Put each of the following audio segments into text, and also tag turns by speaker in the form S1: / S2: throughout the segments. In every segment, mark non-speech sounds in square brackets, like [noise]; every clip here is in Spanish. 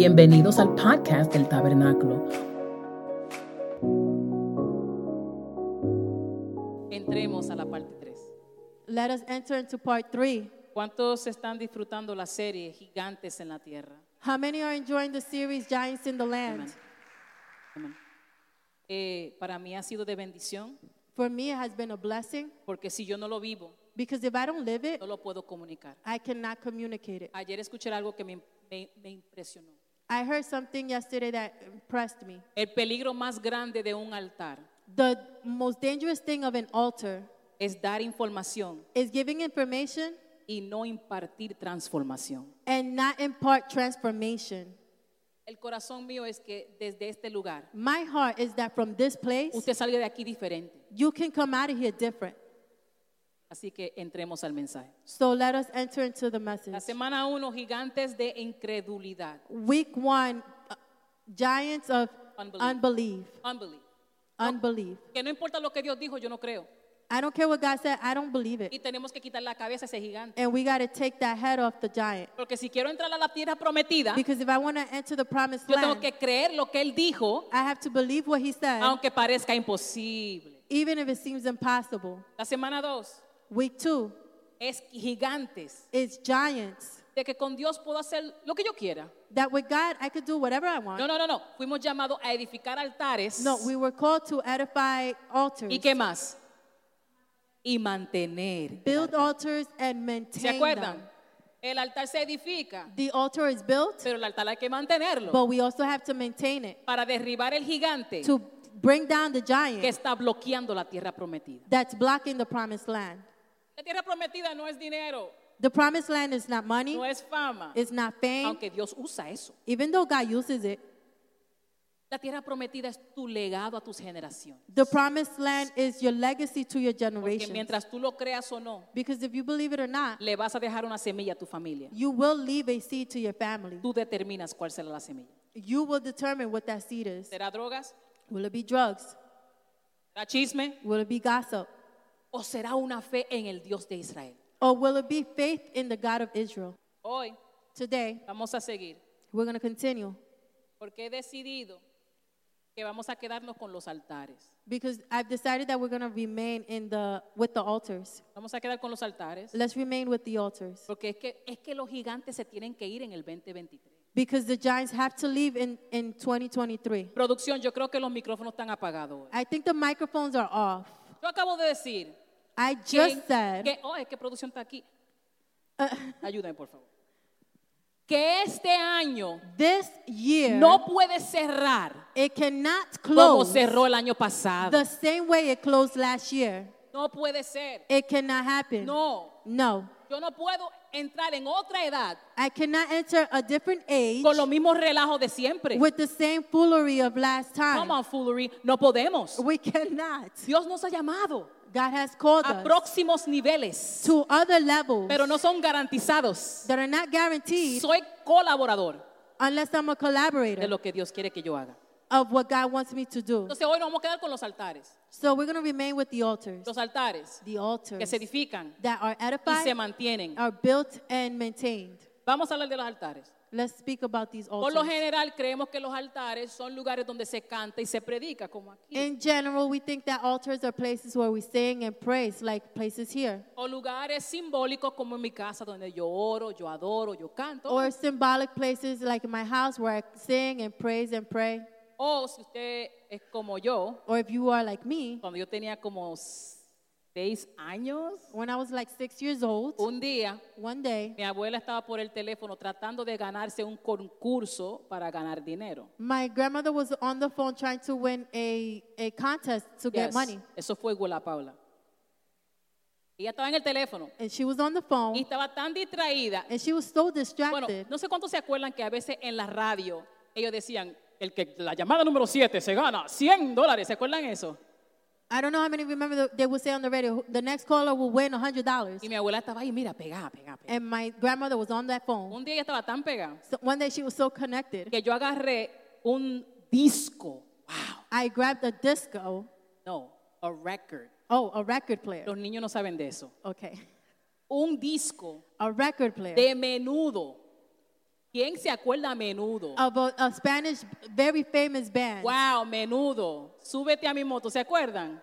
S1: Bienvenidos al podcast del Tabernáculo.
S2: Entremos a la parte 3.
S3: Let us enter into part three.
S2: ¿Cuántos están disfrutando la serie Gigantes en la Tierra?
S3: How many are enjoying the series Giants in the Land?
S2: Amén. Eh, para mí ha sido de bendición,
S3: For me, it has been a blessing
S2: porque si yo no lo vivo,
S3: because if I don't live it,
S2: no lo puedo comunicar.
S3: I cannot communicate it.
S2: Ayer escuché algo que me, me- me impresionó.
S3: I heard something yesterday that impressed me.
S2: El peligro más grande de un altar
S3: The most dangerous thing of an altar
S2: es dar información
S3: is giving information
S2: y no impartir transformación.
S3: and not impart transformation.
S2: El corazón mío es que desde este lugar
S3: My heart is that from this place,
S2: usted salga de aquí diferente.
S3: you can come out of here different.
S2: Así que entremos al mensaje.
S3: So let us enter into the message.
S2: La semana 1, gigantes de incredulidad.
S3: Week one, uh, giants of
S2: Unbelief.
S3: unbelief.
S2: Unbelief.
S3: Unbelief.
S2: Que no importa lo que Dios dijo, yo no creo.
S3: I don't care what God said, I don't believe
S2: Y
S3: it.
S2: tenemos que quitar la cabeza a ese gigante.
S3: And we got to take that head off the giant.
S2: Porque si quiero entrar a la tierra prometida, yo
S3: Because if I want to enter the promised
S2: tengo
S3: land,
S2: que creer lo que Él dijo,
S3: I have to believe what he said,
S2: aunque parezca imposible.
S3: even if it seems impossible.
S2: La semana 2
S3: Week two
S2: es gigantes.
S3: is giants.
S2: De que con Dios puedo hacer lo que yo quiera.
S3: That with God, I could do whatever I want.
S2: No, no, no, no. Fuimos llamados a edificar altares.
S3: No, we were called to edify altars,
S2: ¿Y qué más? Y mantener.
S3: build altars, and
S2: ¿Se
S3: maintain them.
S2: acuerdan? El altar se edifica,
S3: The altar is built,
S2: pero el altar hay que mantenerlo.
S3: but we also have to maintain it
S2: para derribar el gigante
S3: to bring down the
S2: que
S3: giant
S2: está bloqueando la tierra prometida.
S3: that's blocking the promised land.
S2: La tierra prometida no es dinero,
S3: The promised land is not money,
S2: no es fama,
S3: it's not fame,
S2: aunque Dios usa eso.
S3: even though God uses it.
S2: La tierra prometida es tu legado a tus generaciones.
S3: The promised land is your legacy to your
S2: Porque
S3: generation.
S2: mientras tú lo creas o no,
S3: Because if you believe it or not,
S2: le vas a dejar una semilla a tu familia.
S3: you will leave a seed to your family.
S2: Tú determinas cuál será la semilla.
S3: You will determine what that seed is.
S2: ¿Será drogas?
S3: Will it be drugs?
S2: ¿Será chisme?
S3: Will it be gossip?
S2: ¿O será una fe en el Dios de Israel?
S3: Or will it be faith in the God of Israel?
S2: Hoy
S3: Today,
S2: vamos a seguir
S3: we're going to continue
S2: porque he decidido que vamos a quedarnos con los altares.
S3: because I've decided that we're going to remain in the with the altars.
S2: Vamos a quedar con los altares.
S3: Let's remain with the altars
S2: Porque es que, es que los gigantes se tienen que ir en el 2023.
S3: because the Giants have to leave in in 2023.
S2: Producción, yo creo que los micrófonos están apagados. hoy.
S3: I think the microphones are off.
S2: Yo acabo de decir
S3: I
S2: que-
S3: just said uh,
S2: que, oh, es que producción está aquí.
S3: [laughs]
S2: Ayúdame, por favor. Que este año
S3: this year
S2: no puede cerrar
S3: it cannot
S2: como
S3: close
S2: cerró el año pasado.
S3: the same way it closed last year.
S2: No puede ser.
S3: It cannot happen.
S2: No,
S3: No.
S2: yo no puedo entrar en otra edad
S3: I cannot enter a different age
S2: con los mismos relajos de siempre.
S3: with the same foolery of last
S2: Come
S3: time.
S2: on, foolery. No podemos.
S3: We cannot.
S2: Dios nos ha llamado
S3: God has called
S2: a
S3: us
S2: próximos niveles.
S3: to other levels
S2: pero no son garantizados.
S3: that are not guaranteed
S2: Soy colaborador
S3: unless I'm a
S2: de
S3: collaborator
S2: lo que Dios quiere que yo haga.
S3: of what God wants me to do.
S2: Entonces hoy nos vamos a quedar con los altares.
S3: So we're going to remain with the altars.
S2: Los altares
S3: The altars
S2: que se edifican
S3: that are
S2: y se
S3: edified
S2: mantienen.
S3: are built and maintained.
S2: Vamos a hablar de los altares.
S3: Let's speak about these
S2: Por lo
S3: altars.
S2: general creemos que los altares son lugares donde se canta y se predica, como aquí.
S3: In general, we think that altars are places where we sing and praise, like places here,
S2: O lugares simbólicos como en mi casa donde yo oro, yo adoro, yo canto.
S3: or symbolic places like in my house where I sing and praise and pray.
S2: O si usted es como yo,
S3: Or if you are like me,
S2: cuando yo tenía como seis años,
S3: when I was like six years old,
S2: un día
S3: one day,
S2: Mi abuela estaba por el teléfono tratando de ganarse un concurso para ganar dinero.
S3: my grandmother was on the phone trying to win a, a contest to get
S2: Yes,
S3: money.
S2: Eso fue Gula Paula. Ella estaba en el teléfono
S3: And she was on the
S2: y
S3: phone,
S2: estaba tan distraída.
S3: and she was so
S2: Bueno,
S3: distracted.
S2: no sé cuántos se acuerdan que a veces en la radio ellos decían, el que la llamada número 7 se gana 100 dólares. ¿Se acuerdan eso?
S3: I don't know how many remember the, they would say on the radio, the next caller will win
S2: Y
S3: $100.
S2: mi abuela estaba ahí, mira, pegada, pegada, pegada.
S3: And my grandmother was on that phone.
S2: Un día ella estaba tan pegada
S3: So one day she was so connected.
S2: que yo agarré un disco. Wow.
S3: I grabbed a disco.
S2: No, a record.
S3: Oh, a record player.
S2: Los niños no saben de eso.
S3: Okay.
S2: Un disco
S3: A record player.
S2: de menudo. ¿Quién se acuerda a menudo?
S3: of a, a Spanish very famous band.
S2: Wow, menudo. Súbete a mi moto, ¿se acuerdan?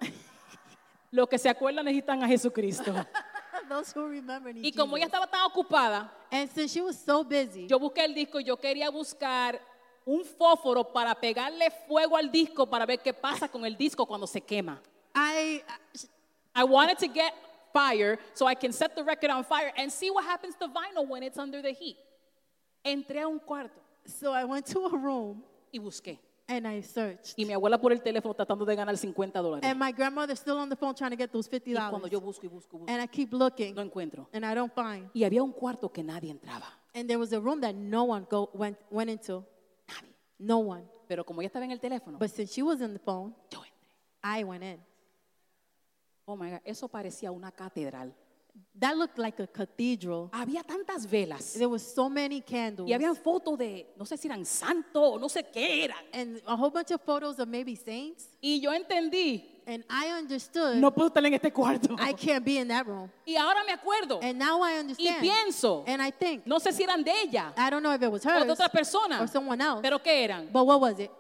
S2: Los que se acuerdan necesitan a Jesucristo.
S3: [laughs] Those who remember need
S2: Y como ella
S3: Jesus.
S2: estaba tan ocupada,
S3: And since she was so busy,
S2: yo busqué el disco y yo quería buscar un fósforo para pegarle fuego al disco para ver qué pasa con el disco cuando se quema.
S3: I
S2: I wanted to get fire so I can set the record on fire and see what happens to vinyl when it's under the heat. Entré a un cuarto
S3: so I went to a room
S2: y busqué.
S3: and I searched.
S2: Y mi abuela por el teléfono tratando de ganar 50 dólares.
S3: And my grandmother's still on the phone trying to get those fifty
S2: Y cuando
S3: dollars.
S2: yo busco y busco y busco,
S3: And I keep looking,
S2: no encuentro.
S3: and I don't find.
S2: Y había un cuarto que nadie entraba.
S3: And there was a room that no one go, went went into.
S2: Nadie.
S3: No one.
S2: Pero como ya estaba en el teléfono,
S3: But since she was on the phone,
S2: yo entré.
S3: I went in.
S2: Oh my God, eso parecía una catedral.
S3: That looked like a cathedral.
S2: Había tantas velas.
S3: There was so many candles
S2: Y habían fotos de, no sé si eran santos o no sé qué eran.
S3: and a whole bunch of photos of maybe saints.
S2: Y yo entendí,
S3: And I understood
S2: no puedo estar en este cuarto.
S3: I can't be in that room.
S2: Y ahora me acuerdo.
S3: And now I
S2: Y
S3: understand.
S2: pienso,
S3: and I think
S2: no sé si eran de ella
S3: I don't know if it was
S2: o
S3: hers
S2: de otra persona,
S3: or someone else.
S2: pero ¿qué eran?
S3: but what was it?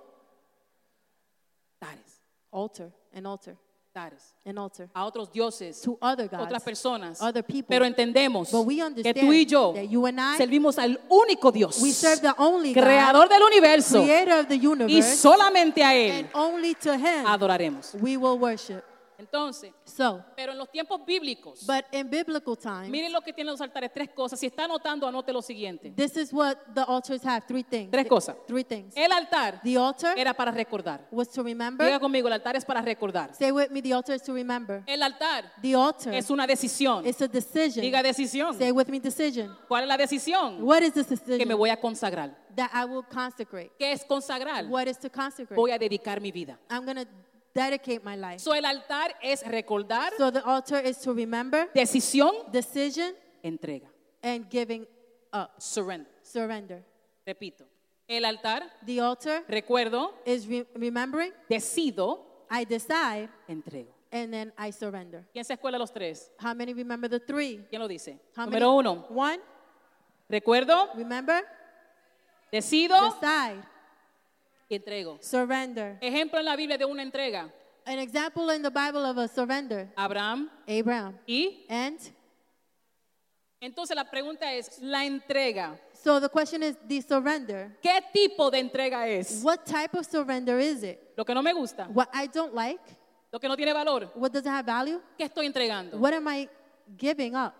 S2: Altares,
S3: Altar, an altar,
S2: altares,
S3: an altar
S2: a otros dioses,
S3: to other gods,
S2: otras personas.
S3: other people.
S2: Pero entendemos
S3: But we
S2: que
S3: understand
S2: tú y yo
S3: that you and I,
S2: servimos al único Dios,
S3: we serve the only
S2: creador del
S3: God,
S2: universo,
S3: creator of the
S2: y
S3: universe,
S2: solamente a
S3: and
S2: Él
S3: only to Him
S2: adoraremos.
S3: we will worship.
S2: Entonces,
S3: So,
S2: pero en los tiempos bíblicos,
S3: but in biblical times,
S2: miren lo que tienen los altares, tres cosas. Si está anotando, anote lo siguiente.
S3: this is what the altars have three things.
S2: Tres cosas.
S3: Three things.
S2: El altar
S3: The altar
S2: era para recordar.
S3: was to remember.
S2: Diga conmigo, el altar es para recordar.
S3: Say with me, the altar is to remember.
S2: El altar
S3: The altar
S2: es una decisión.
S3: is a decision.
S2: Diga decisión.
S3: Say with me, decision.
S2: ¿Cuál es la decisión?
S3: What is this
S2: Que
S3: decision?
S2: me voy a consagrar.
S3: that I will consecrate.
S2: ¿Qué es consagrar?
S3: What is to consecrate?
S2: Voy a dedicar mi vida.
S3: I'm going to dedicate my life.
S2: So, el altar es recordar,
S3: so the altar is to remember,
S2: decisión,
S3: decision,
S2: entrega.
S3: and giving up,
S2: Surrender.
S3: surrender.
S2: Repito. El altar,
S3: The altar
S2: recuerdo,
S3: is re- remembering,
S2: decido,
S3: I decide,
S2: entrego.
S3: and then I surrender.
S2: ¿Quién se escuela los tres?
S3: How many remember the three?
S2: ¿Quién lo dice?
S3: How
S2: Número
S3: many?
S2: uno.
S3: One,
S2: Recuerdo,
S3: remember,
S2: decido
S3: decide,
S2: y entrego.
S3: surrender.
S2: Ejemplo en la Biblia de una entrega.
S3: An example in the Bible of a surrender,
S2: Abraham
S3: Abraham.
S2: y.
S3: And
S2: Entonces la pregunta es, la entrega.
S3: so the question is the surrender.
S2: ¿Qué tipo de entrega es?
S3: What type of surrender is it?
S2: Lo que no me gusta,
S3: What I don't like,
S2: lo que no tiene valor.
S3: What doesn't have value?
S2: ¿Qué estoy entregando?
S3: What am I giving up?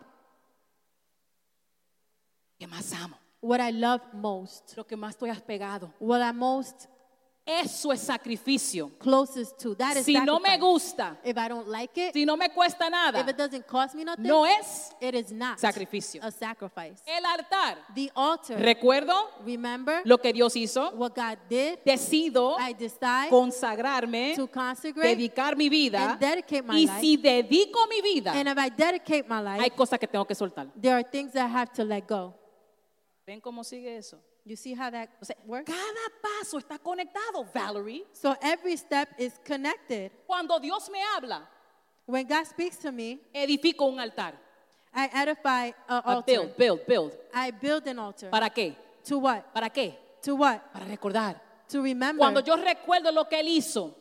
S2: ¿Qué más amo?
S3: What I love most.
S2: Lo que más estoy apegado.
S3: What I'm most
S2: Eso es sacrificio.
S3: closest to. That is
S2: Si no me
S3: sacrifice.
S2: gusta,
S3: If I don't like it,
S2: si no me cuesta
S3: if
S2: nada,
S3: it doesn't cost me nothing,
S2: no es
S3: it is not
S2: sacrificio.
S3: a sacrifice.
S2: El altar.
S3: The altar.
S2: Recuerdo
S3: remember
S2: lo que Dios hizo.
S3: what God did.
S2: Decido
S3: I decide
S2: consagrarme,
S3: to consecrate.
S2: dedicar mi vida.
S3: and dedicate my
S2: Y
S3: life.
S2: si dedico mi
S3: and
S2: vida,
S3: if I dedicate my life,
S2: hay cosas que tengo que soltar.
S3: there are things I have to let go.
S2: ¿Ven cómo sigue eso?
S3: You see how that
S2: O sea,
S3: works?
S2: cada paso está conectado, Valerie.
S3: So every step is connected.
S2: Cuando Dios me habla,
S3: When God speaks to me,
S2: edifico un altar.
S3: I edify an
S2: A
S3: altar.
S2: Build, build, build.
S3: I build an altar.
S2: ¿Para qué?
S3: To what?
S2: ¿Para qué?
S3: To what?
S2: Para recordar.
S3: To remember.
S2: Cuando yo recuerdo lo que Él hizo,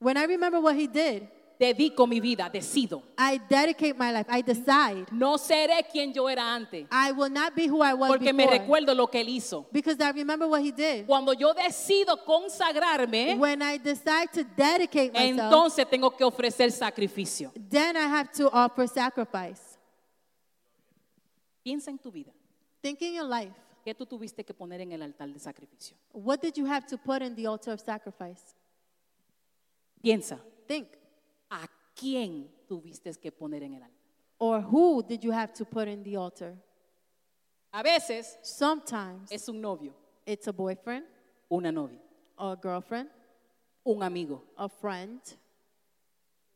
S3: when I remember what he did,
S2: dedico mi vida, decido.
S3: I dedicate my life. I decide.
S2: No seré quien yo era antes,
S3: I will not be who I was
S2: porque me
S3: before.
S2: recuerdo lo que Él hizo.
S3: because I remember what he did.
S2: Cuando yo decido consagrarme,
S3: When I decide to dedicate myself,
S2: entonces tengo que ofrecer sacrificio.
S3: then I have to offer sacrifice.
S2: Piensa en tu vida.
S3: Think in your life.
S2: ¿Qué tú tuviste que poner en el altar de sacrificio?
S3: What did you have to put in the altar of sacrifice?
S2: Piensa,
S3: Think.
S2: ¿a quién tuviste que poner en el altar?
S3: Or who did you have to put in the altar?
S2: A veces
S3: Sometimes
S2: es un novio,
S3: it's a boyfriend,
S2: una novia,
S3: or a girlfriend,
S2: un amigo,
S3: a friend,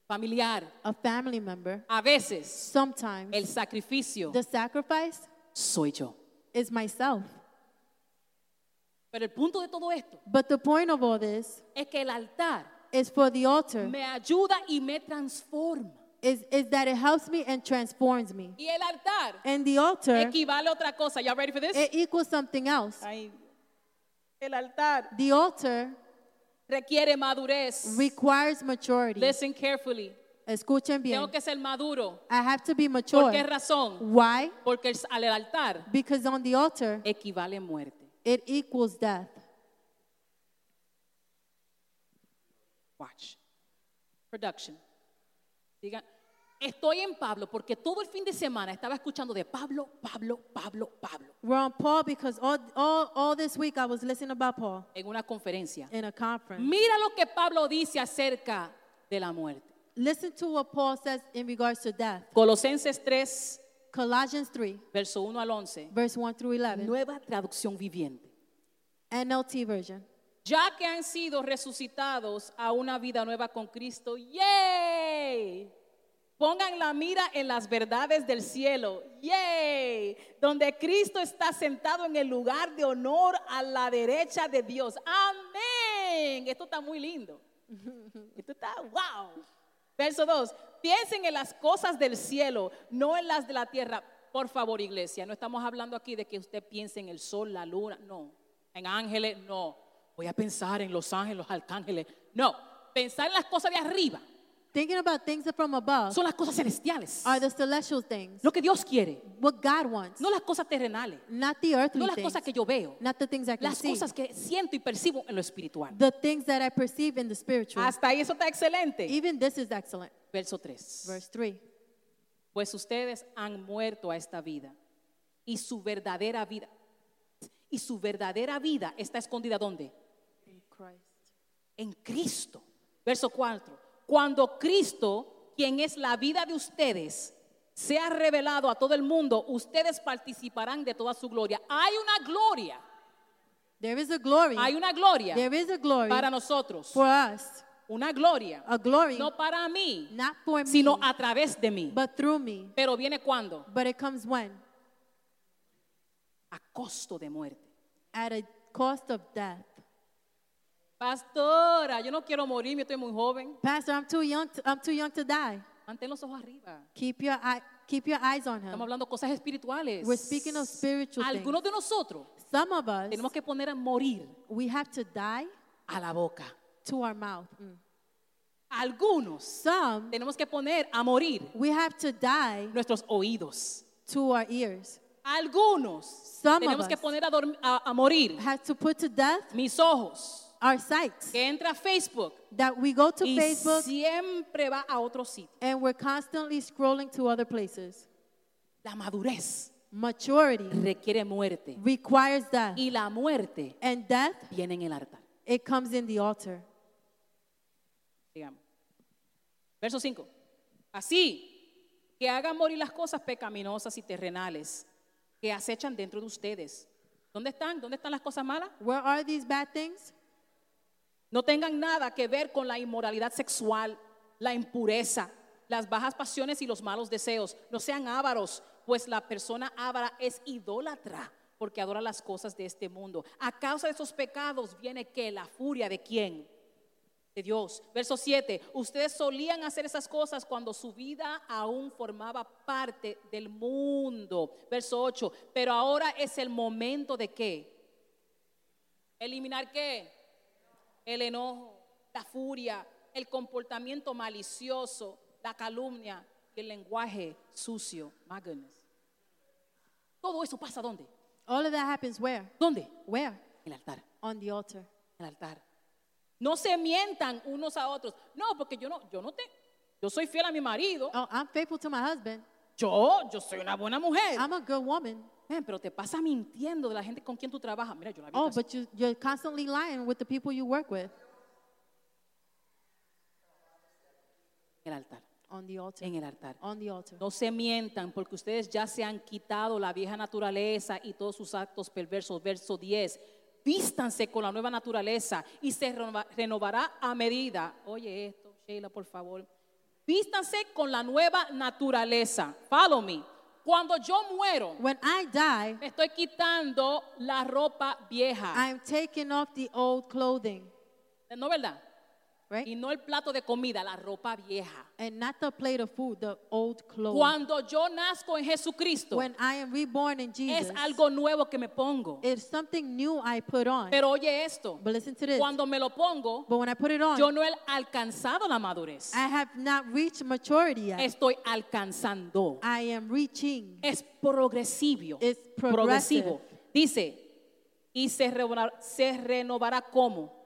S2: familiar.
S3: a family member.
S2: A veces
S3: Sometimes
S2: el sacrificio
S3: The sacrifice
S2: soy yo.
S3: is myself.
S2: Pero el punto de todo esto
S3: But the point of all this
S2: es que el altar
S3: is for the altar.
S2: me ayuda y me transforma.
S3: is, is that it helps me and transforms me.
S2: Y el altar
S3: And the altar,
S2: equivale a otra cosa. Y'all ready for this?
S3: it equals something else.
S2: Ay. El altar
S3: The altar
S2: requiere madurez.
S3: requires maturity.
S2: Listen carefully.
S3: Escuchen bien.
S2: Tengo que ser maduro.
S3: I have to be
S2: ¿Por
S3: mature.
S2: qué razón?
S3: Why?
S2: Porque el- al altar
S3: Because on the altar,
S2: equivale muerte.
S3: it equals death.
S2: Watch. Production. Diga, estoy en Pablo porque todo el fin de semana estaba escuchando de Pablo, Pablo, Pablo, Pablo
S3: We're on Paul because all, all, all this week I was listening about Paul
S2: en una conferencia.
S3: in a conference.
S2: Mira lo que Pablo dice acerca de la muerte.
S3: Listen to what Paul says in regards to death.
S2: Colosenses 3,
S3: Colossians 3,
S2: verso 1 al 11.
S3: verse 1 through 11,
S2: Nueva traducción viviente.
S3: NLT version.
S2: Ya que han sido resucitados a una vida nueva con Cristo, ¡yay! Pongan la mira en las verdades del cielo, ¡yay! Donde Cristo está sentado en el lugar de honor a la derecha de Dios. ¡Amén! Esto está muy lindo. Esto está wow. Verso 2. Piensen en las cosas del cielo, no en las de la tierra. Por favor, iglesia, no estamos hablando aquí de que usted piense en el sol, la luna, no. En ángeles, no. Voy a pensar en los ángeles, los arcángeles. No. Pensar en las cosas de arriba.
S3: Thinking about things from above
S2: Son las cosas celestiales.
S3: are the celestial things,
S2: Lo que Dios quiere.
S3: what God wants,
S2: No las cosas terrenales.
S3: not the earthly
S2: No las
S3: things,
S2: cosas que yo veo.
S3: not the things I can
S2: Las
S3: see,
S2: cosas que siento y percibo en lo espiritual.
S3: the things that I perceive in the spiritual.
S2: Hasta ahí eso está excelente.
S3: Even this is excellent.
S2: Verso 3.
S3: Verse 3.
S2: Pues ustedes han muerto a esta vida y su verdadera vida y su verdadera vida está escondida ¿dónde? En Cristo. Verso 4. Cuando Cristo, quien es la vida de ustedes, sea revelado a todo el mundo, ustedes participarán de toda su gloria. Hay una gloria,
S3: There is a glory.
S2: hay una gloria
S3: There is a glory
S2: para nosotros.
S3: for us.
S2: Una gloria,
S3: A glory
S2: no para mí,
S3: not for me,
S2: sino a través de mí.
S3: but through me.
S2: Pero viene cuando?
S3: But it comes when?
S2: A costo de muerte.
S3: At a cost of death.
S2: Pastora, yo no quiero morir, yo estoy muy joven.
S3: Pastor, I'm too young to, I'm too young to die.
S2: Mantén los ojos arriba.
S3: Keep your eye, keep your eyes on
S2: Estamos
S3: him.
S2: hablando cosas espirituales.
S3: We're speaking of spiritual
S2: Algunos de nosotros
S3: Some of us
S2: tenemos que poner a morir
S3: we have to die
S2: a la boca.
S3: to our mouth. Mm.
S2: Algunos
S3: Some
S2: tenemos que poner a morir
S3: we have to die
S2: nuestros oídos.
S3: to our ears.
S2: Algunos
S3: Some of
S2: tenemos que
S3: us.
S2: poner a, dorm- a- a morir
S3: Have to put to death
S2: mis ojos.
S3: our sights.
S2: Que entra a Facebook
S3: That we go to
S2: y
S3: Facebook
S2: siempre va a otro sitio.
S3: and we're constantly scrolling to other places.
S2: La madurez
S3: Maturity
S2: requiere muerte.
S3: requires death.
S2: Y la muerte
S3: And death,
S2: viene en el altar.
S3: it comes in the altar.
S2: Digamos. Verso 5. Así que hagan morir las cosas pecaminosas y terrenales que acechan dentro de ustedes. ¿Dónde están? ¿Dónde están las cosas malas?
S3: Where are these bad things?
S2: No tengan nada que ver con la inmoralidad sexual, la impureza, las bajas pasiones y los malos deseos. No sean ávaros, pues la persona ávara es idólatra porque adora las cosas de este mundo. A causa de esos pecados viene que la furia de quién? de Dios. Verso 7, ustedes solían hacer esas cosas cuando su vida aún formaba parte del mundo. Verso 8, pero ahora es el momento de qué? Eliminar qué? El enojo, la furia, el comportamiento malicioso, la calumnia y el lenguaje sucio. My goodness. Todo eso pasa ¿dónde?
S3: All of that happens where?
S2: ¿Dónde?
S3: Where?
S2: En el altar
S3: On the altar.
S2: el altar. No se mientan unos a otros. No, porque yo no, yo no te, yo soy fiel a mi marido.
S3: Oh, I'm faithful to my husband.
S2: Yo, yo soy una buena mujer.
S3: I'm a good woman.
S2: Man, pero te pasa mintiendo de la gente con quien tú trabajas. Mira, yo la vi.
S3: Oh,
S2: así.
S3: but you, you're constantly lying with the people you work with
S2: en el altar,
S3: on the altar.
S2: en el altar.
S3: On the altar.
S2: No se mientan porque ustedes ya se han quitado la vieja naturaleza y todos sus actos perversos. Verso 10. Vístanse con la nueva naturaleza y se renova- renovará a medida. Oye esto, Sheila, por favor. Vístanse con la nueva naturaleza. Follow me. Cuando yo muero,
S3: When I die,
S2: me estoy quitando la ropa vieja.
S3: I'm taking off the old clothing.
S2: ¿No verdad?
S3: right?
S2: y no el plato de comida, la ropa vieja.
S3: And not the plate of food, the old clothes.
S2: Cuando yo nazco en Jesucristo,
S3: when I am reborn in Jesus,
S2: es algo nuevo que me pongo.
S3: it's something new I put on.
S2: Pero oye esto,
S3: but listen to this.
S2: cuando me lo pongo,
S3: but when I put it on, Ah,
S2: yo no he alcanzado la madurez.
S3: I have not reached maturity yet.
S2: Estoy alcanzando.
S3: I am reaching.
S2: Es progresivo.
S3: Ah, It's
S2: progresivo. Dice, y se renovará, se renovará como.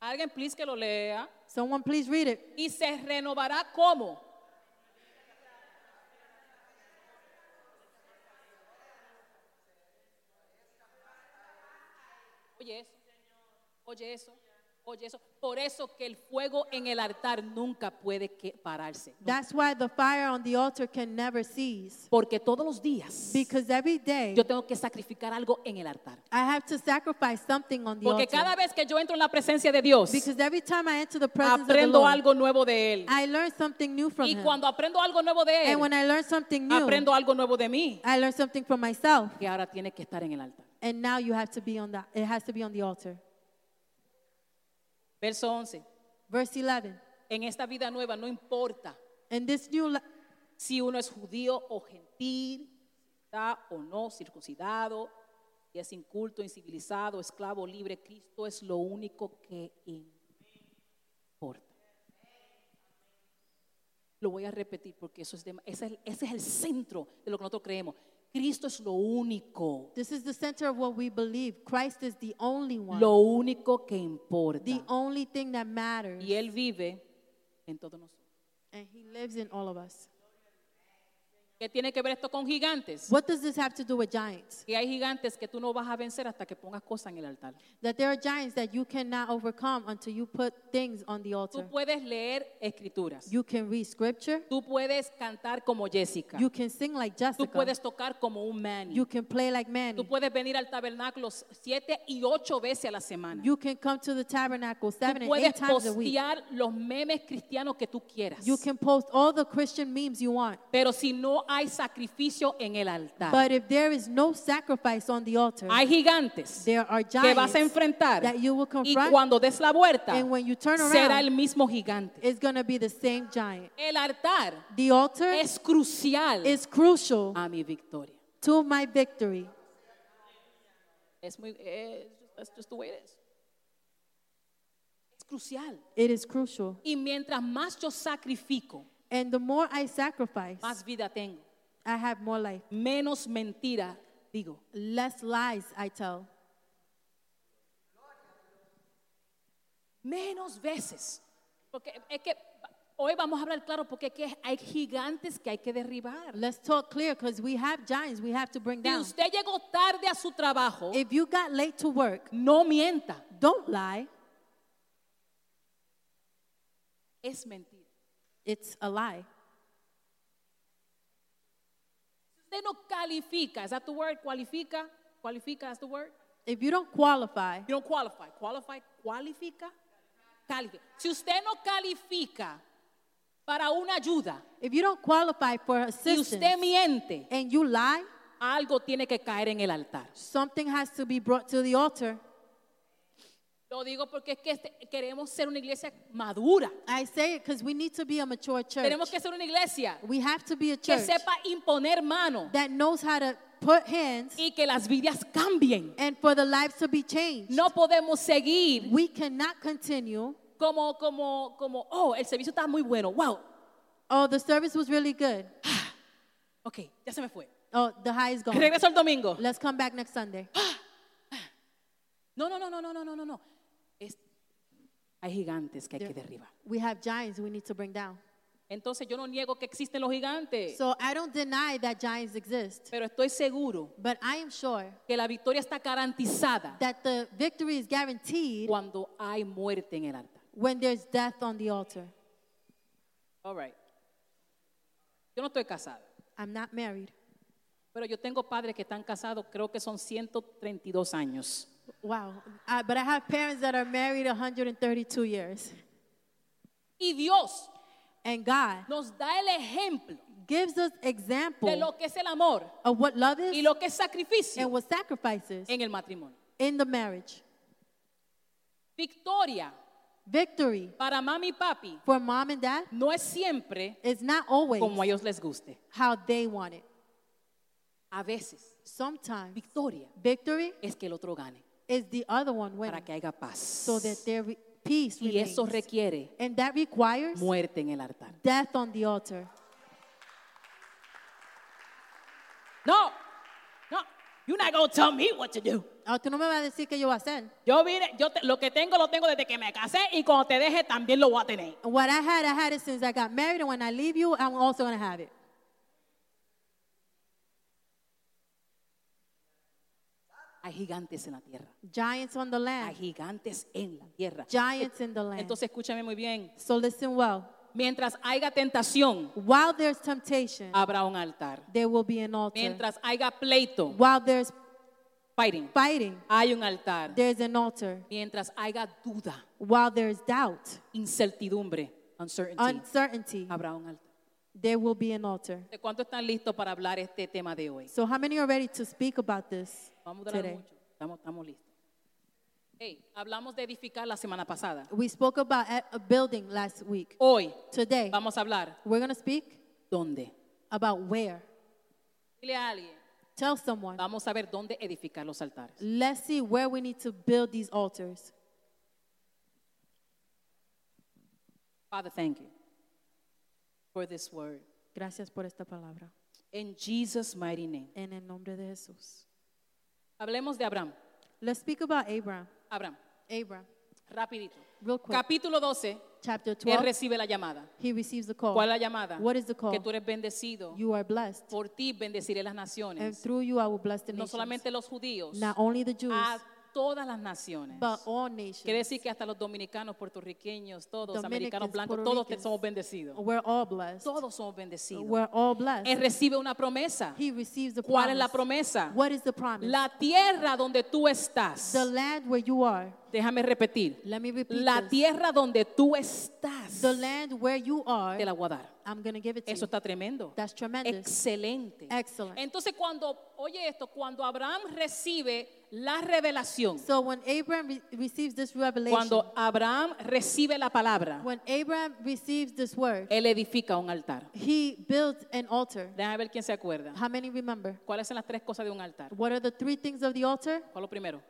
S2: Alguien, please, que lo lea.
S3: Someone please read it.
S2: Y se renovará como. Oye eso, oye eso, oye eso. Por eso que el fuego en el altar nunca puede que- pararse.
S3: That's why the fire on the altar can never cease.
S2: Porque todos los días
S3: Because every day
S2: yo tengo que sacrificar algo en el altar.
S3: I have to sacrifice something on the
S2: Porque
S3: altar.
S2: cada vez que yo entro en la presencia de Dios,
S3: because every time I enter the presence of the
S2: aprendo
S3: Lord,
S2: algo nuevo de Él.
S3: I learn something new from
S2: Y
S3: him.
S2: cuando aprendo algo nuevo de
S3: and
S2: Él,
S3: when I learn something new,
S2: aprendo algo nuevo de mí,
S3: I learn something from myself.
S2: que ahora tiene que estar en el altar.
S3: And now you have to be on that. It has to be on the altar.
S2: Verso 11.
S3: Verse 11.
S2: En esta vida nueva no importa
S3: In this new li-
S2: si uno es judío o gentil, está o no circuncidado, si es inculto, incivilizado, esclavo, libre, Cristo es lo único que importa. Lo voy a repetir porque eso es de- ese, es el, ese es el centro de lo que nosotros creemos. Cristo es lo único,
S3: this is the center of what we believe. Christ is the only one.
S2: lo único que
S3: the
S2: importa.
S3: only thing that matters.
S2: Y Él vive en todos nosotros.
S3: And he lives in all of us.
S2: ¿Qué tiene que ver esto con gigantes?
S3: What does this have to do with giants?
S2: Que hay gigantes que tú no vas a vencer hasta que pongas cosas en el altar.
S3: That there are giants that you cannot overcome until you put things on the altar.
S2: Tú puedes leer escrituras.
S3: You can read scripture.
S2: Tú puedes cantar como Jessica.
S3: You can sing like
S2: Tú
S3: Jessica.
S2: puedes tocar como un Manny.
S3: You can play like Manny.
S2: Tú puedes venir al tabernáculo siete y ocho veces a la semana.
S3: You can come to the tabernacle seven
S2: Tú
S3: and eight
S2: puedes
S3: times a week.
S2: postear los memes cristianos que tú quieras.
S3: You can post all the Christian memes you want.
S2: Pero si no hay sacrificio en el altar,
S3: But if there is no sacrifice on the altar,
S2: hay gigantes
S3: there are
S2: que vas
S3: giants
S2: a enfrentar.
S3: that you will
S2: Y
S3: confront.
S2: cuando des la vuelta,
S3: And when you turn
S2: será
S3: around,
S2: el mismo gigante.
S3: It's going to be the same giant.
S2: El altar
S3: The altar
S2: es crucial
S3: is crucial
S2: a mi victoria.
S3: to my victory.
S2: Es muy, eh, that's just the way it is. Es crucial.
S3: It is crucial.
S2: Y mientras más yo sacrifico,
S3: And the more I sacrifice,
S2: más vida tengo,
S3: I have more life.
S2: menos mentira digo.
S3: Less lies I tell.
S2: Menos veces. Porque es que hoy vamos a hablar claro porque es que hay gigantes que hay que derribar.
S3: Let's talk clear because we have giants we have to bring
S2: Si
S3: down. Eh,
S2: usted llegó tarde a su trabajo,
S3: If you got late to work,
S2: no mienta.
S3: don't lie.
S2: Es mentira.
S3: It's a lie.
S2: Usted no califica. Is that the word? Cualifica. Cualifica is the word.
S3: If you don't qualify,
S2: You don't qualify. Qualify. Cualifica. Califica. Si usted no califica para una ayuda
S3: if you don't qualify for
S2: si
S3: assistance
S2: usted miente,
S3: and you lie,
S2: algo tiene que caer en el altar.
S3: something has to be brought to the altar.
S2: Lo digo porque es que este- queremos ser una iglesia madura.
S3: I say it because we need to be a mature church.
S2: Tenemos que ser una iglesia
S3: We have to be a
S2: que
S3: church
S2: sepa imponer mano
S3: that knows how to put hands
S2: y que las vidas cambien.
S3: and for the lives to be changed.
S2: No podemos seguir
S3: We cannot continue.
S2: como, como, como, oh, el servicio está muy bueno. Wow.
S3: Oh, the service was really good.
S2: Ok, ya se me fue.
S3: Oh, the high is gone.
S2: Regreso el domingo.
S3: Let's come back next Sunday.
S2: No, no, no, no, no, no, no, no, no. Es- hay gigantes que hay que derribar.
S3: We have giants we need to bring down.
S2: Entonces yo no niego que existen los gigantes,
S3: So I don't deny that giants exist,
S2: pero estoy seguro
S3: but I am sure
S2: que la victoria está garantizada
S3: that the victory is guaranteed
S2: cuando hay muerte en el altar.
S3: when there's death on the altar.
S2: All right. Yo no estoy casada,
S3: I'm not married.
S2: pero yo tengo padres que están casados, creo que son 132 años.
S3: Wow. I, but I have parents that are married 132 years.
S2: Y Dios
S3: And God
S2: nos da el ejemplo
S3: gives us
S2: de
S3: example
S2: lo que es el amor
S3: of what love
S2: y
S3: is
S2: lo que es
S3: and
S2: sacrificio
S3: what sacrifices
S2: en el matrimonio.
S3: in the marriage.
S2: Victoria
S3: Victory
S2: Para mami y papi,
S3: for mom and dad
S2: no es siempre
S3: is not always
S2: como a ellos les guste.
S3: how they want it.
S2: A veces,
S3: Sometimes
S2: victoria
S3: victory
S2: es que el otro gane
S3: is the other one
S2: para
S3: winning
S2: que haya paz.
S3: so that their re- peace
S2: Y eso
S3: remains.
S2: requiere
S3: And that requires
S2: muerte en el altar.
S3: death on the altar.
S2: No, no, you're not gonna tell me what to do.
S3: Ah, tú no me vas a decir qué yo voy a hacer.
S2: Yo vine, yo te- lo que tengo lo tengo desde que me casé y cuando te deje también lo voy a tener.
S3: What I had, I had it since I got married, and when I leave you, I'm also going to have it.
S2: Hay gigantes en la tierra.
S3: Giants on the
S2: Hay
S3: land.
S2: gigantes en la tierra.
S3: Giants in the land.
S2: Entonces escúchame muy bien.
S3: So listen well.
S2: Mientras haya tentación,
S3: While there's temptation,
S2: habrá un altar.
S3: there will be an altar.
S2: Ah. Mientras haya pleito,
S3: While there's
S2: fighting,
S3: fighting,
S2: hay un altar.
S3: there's an altar.
S2: Mientras haya duda,
S3: While there's doubt,
S2: incertidumbre, uncertainty, Ah.
S3: uncertainty,
S2: habrá un altar.
S3: there will be an altar.
S2: ¿De cuánto están listos para hablar este tema de hoy?
S3: So, how many are ready to speak about this
S2: Vamos a durar
S3: today?
S2: mucho. Estamos, estamos listos. Hey, hablamos de edificar la semana pasada.
S3: We spoke about a- a building last week.
S2: Hoy
S3: Today,
S2: vamos a hablar
S3: we're going to speak
S2: dónde.
S3: about where.
S2: Dile a alguien,
S3: Tell someone.
S2: vamos a ver dónde edificar los altares.
S3: Let's see where we need to build these altars.
S2: Father, thank you for this word.
S3: Gracias por esta palabra.
S2: In Jesus' mighty name.
S3: En el nombre de Jesús.
S2: Hablemos de Abraham.
S3: Let's speak about Abraham.
S2: Abraham,
S3: Abraham,
S2: rapidito.
S3: real quick.
S2: Capítulo 12,
S3: Chapter
S2: él
S3: 12.
S2: recibe la llamada.
S3: He receives the
S2: ¿Cuál es
S3: call.
S2: la llamada?
S3: What is the call?
S2: Que tú eres bendecido.
S3: You are blessed.
S2: Por ti bendeciré las
S3: And
S2: naciones.
S3: through you I will bless the
S2: No
S3: nations.
S2: solamente los Ah, judíos,
S3: Not only the Jews,
S2: a todas las naciones.
S3: but all
S2: Quiere
S3: nations.
S2: decir que hasta los dominicanos, puertorriqueños, todos,
S3: Dominicans,
S2: americanos, blancos,
S3: Puerto
S2: todos te-
S3: Ricans.
S2: somos bendecidos.
S3: We're all blessed.
S2: Todos somos bendecidos.
S3: We're all
S2: Él
S3: blessed.
S2: recibe una promesa.
S3: He receives the
S2: ¿Cuál es la
S3: promise.
S2: promesa?
S3: What is the promise?
S2: La tierra donde tú estás.
S3: The land where you are.
S2: Déjame repetir.
S3: Let me repeat
S2: La
S3: this.
S2: tierra donde tú estás.
S3: The land where you are,
S2: Te la voy a dar.
S3: I'm going to give it to
S2: Eso
S3: you.
S2: está tremendo.
S3: That's tremendous.
S2: Excelente.
S3: Excellent.
S2: Entonces cuando, oye esto, cuando Abraham recibe la revelación,
S3: So when Abraham re- receives this revelation,
S2: cuando Abraham recibe la palabra,
S3: when Abraham receives this word,
S2: él edifica un altar.
S3: he builds an altar.
S2: Déjame ver quién se acuerda.
S3: How many remember?
S2: ¿Cuáles son las tres cosas de un altar?
S3: What are the three things of the altar?
S2: ¿Cuál es lo primero?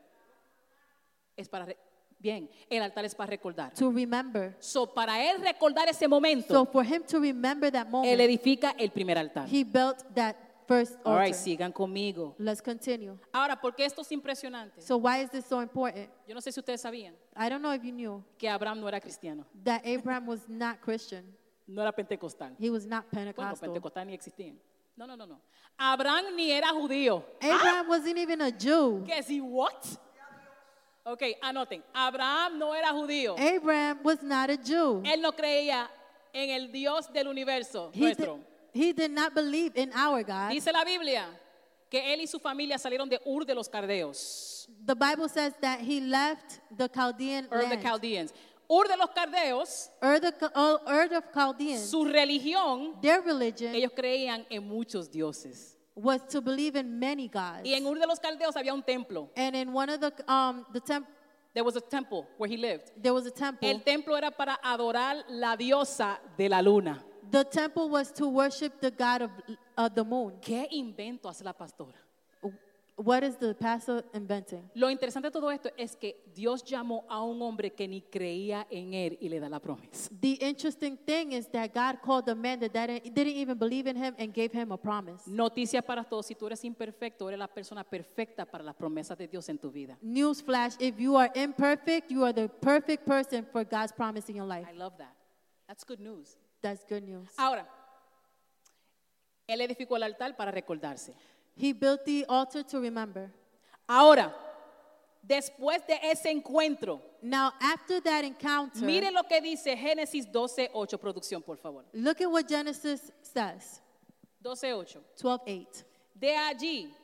S2: Es para re- bien, el altar es para recordar.
S3: To remember.
S2: So, para él recordar ese
S3: So
S2: momento,
S3: for him to remember that
S2: él
S3: moment,
S2: edifica el primer altar.
S3: he built that first
S2: All right,
S3: altar.
S2: sigan conmigo.
S3: Let's continue.
S2: Ahora, ¿por qué esto es impresionante?
S3: So why is this so important?
S2: Yo no sé si ustedes sabían
S3: I don't know if you knew
S2: que Abraham no era cristiano,
S3: that Abraham was not Christian.
S2: no era pentecostal.
S3: He was not
S2: Bueno,
S3: Pentecostal.
S2: pentecostal ni existían. No, no, no, no. Abraham ni era judío.
S3: Abraham wasn't even a Jew.
S2: ¿Qué si what? Ok, anoten. Abraham no era judío.
S3: Eh. Abraham was not a Jew.
S2: Él no creía en el Dios del universo
S3: He did,
S2: nuestro.
S3: he did not believe in our God.
S2: Dice la Biblia que él y su familia salieron de Ur de los Caldeos.
S3: The Bible says that he left the Chaldean
S2: Ur de
S3: land.
S2: Chaldeans. Ur de los Caldeos,
S3: Ur, the, Ca- uh, Ur of Chaldeans,
S2: su religión,
S3: their religion
S2: ellos creían en muchos dioses.
S3: was to believe in many gods.
S2: Y en Ur de los Caldeos había un templo.
S3: and in one of the um the temp
S2: There was a temple where he lived.
S3: there was a temple.
S2: El templo era para adorar la diosa de la luna.
S3: the temple was to worship the god of of the moon.
S2: ¿Qué invento hace la pastora?
S3: What is the pastor inventing?
S2: Lo interesante de todo esto es que Dios llamó a un hombre que ni creía en él y le da la promesa.
S3: The interesting thing is that God called a man that didn't, didn't even believe in him and gave him a promise.
S2: Noticias para todos, si tú eres imperfecto, eres la persona perfecta para las promesas de Dios en tu vida.
S3: Newsflash, if you are imperfect, you are the perfect person for God's promise in your life.
S2: I love that. That's good news.
S3: That's good news.
S2: Ahora, él edificó el altar para recordarse.
S3: He built the altar to remember.
S2: Ahora, después de ese encuentro,
S3: Now, after that encounter,
S2: miren lo que dice Génesis 12:8, producción, por favor.
S3: look at what Genesis says
S2: 12:8.
S3: 12 8.
S2: De allí,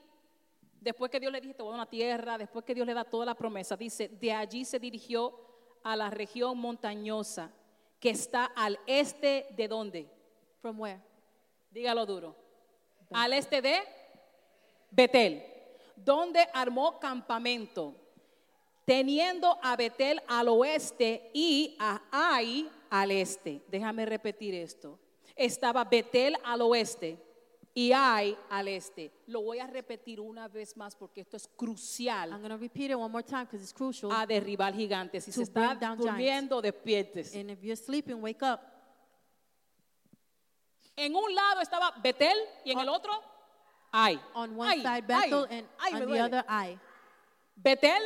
S2: después que Dios le dijo, te voy a dar una tierra, después que Dios le da toda la promesa, dice, de allí se dirigió a la región montañosa que está al este de dónde?
S3: From where?
S2: Dígalo duro. Al este de Betel, donde armó campamento teniendo a Betel al oeste y a Ai al este. Déjame repetir esto. Estaba Betel al oeste y Ai al este. Lo voy a repetir una vez más porque esto es
S3: I'm
S2: crucial
S3: going to repeat it one more time because it's crucial.
S2: a derribar gigantes. Si se
S3: To
S2: está
S3: bring down
S2: durmiendo, despiertes.
S3: And if you're sleeping, wake up.
S2: En un lado estaba Betel y en el otro Ai.
S3: On one
S2: Ai,
S3: side, Bethel,
S2: Ai,
S3: and
S2: Ai, me
S3: on the
S2: duele.
S3: other, I.
S2: Betel,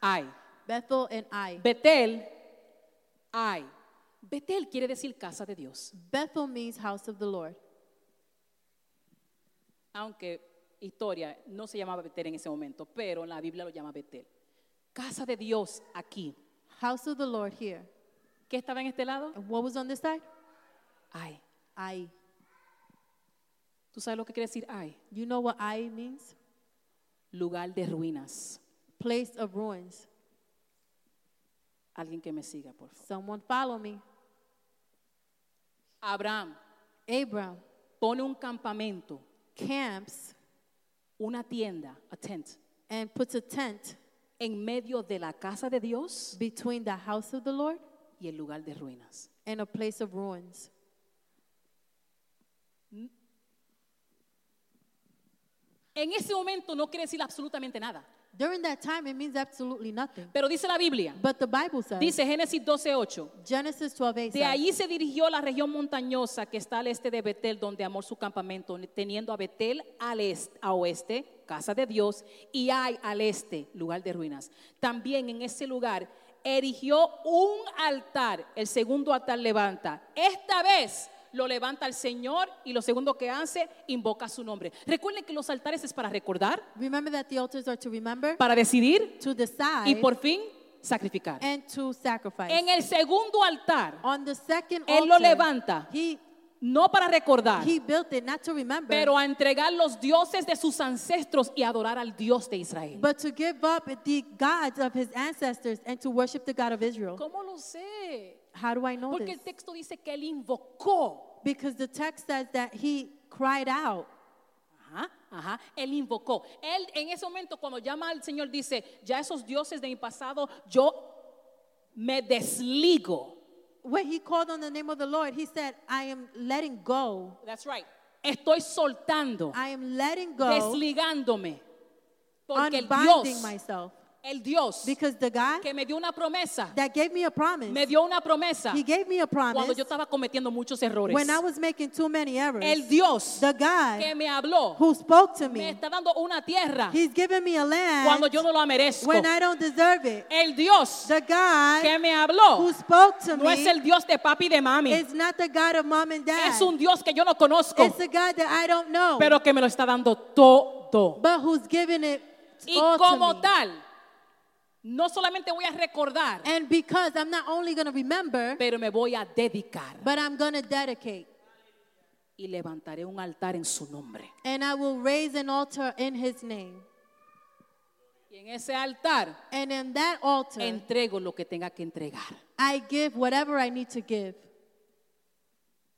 S2: Ai.
S3: Bethel and I.
S2: Betel, Ai. Betel quiere decir casa de Dios.
S3: Bethel means house of the Lord.
S2: aunque historia no se llamaba Betel en ese momento, pero la Biblia lo llama Betel. Casa de Dios aquí.
S3: House of the Lord here.
S2: ¿Qué estaba en este lado?
S3: And what was on this side?
S2: Ay.
S3: I.
S2: ¿Tú sabes lo que quiere decir ay?
S3: You know what I means?
S2: Lugar de ruinas.
S3: Place of ruins.
S2: Alguien que me siga, por favor.
S3: Someone follow me.
S2: Abraham
S3: Abram
S2: pone un campamento,
S3: camps
S2: una tienda, a tent,
S3: and puts a tent
S2: en medio de la casa de Dios
S3: between the house of the Lord
S2: y el lugar de ruinas.
S3: and a place of ruins.
S2: En ese momento no quiere decir absolutamente nada,
S3: During that time, it means absolutely nothing.
S2: pero dice la Biblia,
S3: But the Bible says,
S2: dice Génesis 12:8.
S3: Genesis 12 8
S2: De allí se dirigió a la región montañosa que está al este de Betel, donde amó su campamento, teniendo a Betel al este, a oeste, casa de Dios, y hay al este, lugar de ruinas. También en ese lugar erigió un altar, el segundo altar levanta. Esta vez lo levanta el Señor y lo segundo que hace, invoca su nombre. Recuerden que los altares es para recordar,
S3: Remember that the altars are to remember,
S2: para decidir
S3: to decide,
S2: y por fin sacrificar.
S3: and to sacrifice.
S2: En el segundo altar,
S3: On the second
S2: Él lo
S3: altar,
S2: levanta.
S3: He,
S2: no para recordar,
S3: he built it not to remember,
S2: pero a entregar los dioses de sus ancestros y adorar al Dios de Israel.
S3: but to give up the gods of his ancestors and to worship the God of Israel.
S2: ¿Cómo lo sé?
S3: How do I know
S2: Porque
S3: this?
S2: el texto dice que él invocó.
S3: Because the text says that he cried out.
S2: Ajá, ajá, él invocó. Él en ese momento cuando llama al Señor dice, ya esos dioses de mi pasado yo me desligo.
S3: When he called on the name of the Lord, he said, I am letting go.
S2: That's right. Estoy soltando,
S3: I am letting go,
S2: desligándome. Porque el
S3: unbinding
S2: Dios,
S3: myself.
S2: el Dios
S3: Because the God
S2: que me dio una promesa,
S3: that gave me a promise,
S2: me dio una promesa
S3: he gave me a
S2: cuando
S3: promise
S2: yo estaba cometiendo muchos errores.
S3: when I was making too many errors.
S2: El Dios
S3: the God
S2: que me habló
S3: who spoke to
S2: me
S3: me,
S2: está dando una tierra
S3: he's given me a land
S2: cuando yo no la merezco.
S3: when I don't deserve it.
S2: El Dios
S3: The God
S2: que me habló
S3: who spoke to
S2: no
S3: me
S2: es el Dios de papi y de mami.
S3: is not the God of mom and dad.
S2: Es un Dios que yo no conozco,
S3: it's a God that I don't know,
S2: pero que me lo está dando todo.
S3: but who's giving it
S2: Y
S3: all to
S2: como
S3: me.
S2: tal, no solamente voy a recordar,
S3: And because I'm not only going to remember,
S2: pero me voy a dedicar
S3: but I'm going to dedicate.
S2: y levantaré un altar en su nombre.
S3: And I will raise an altar in his name.
S2: Y en ese altar
S3: And in that altar,
S2: entrego lo que tenga que entregar.
S3: I give whatever I need to give.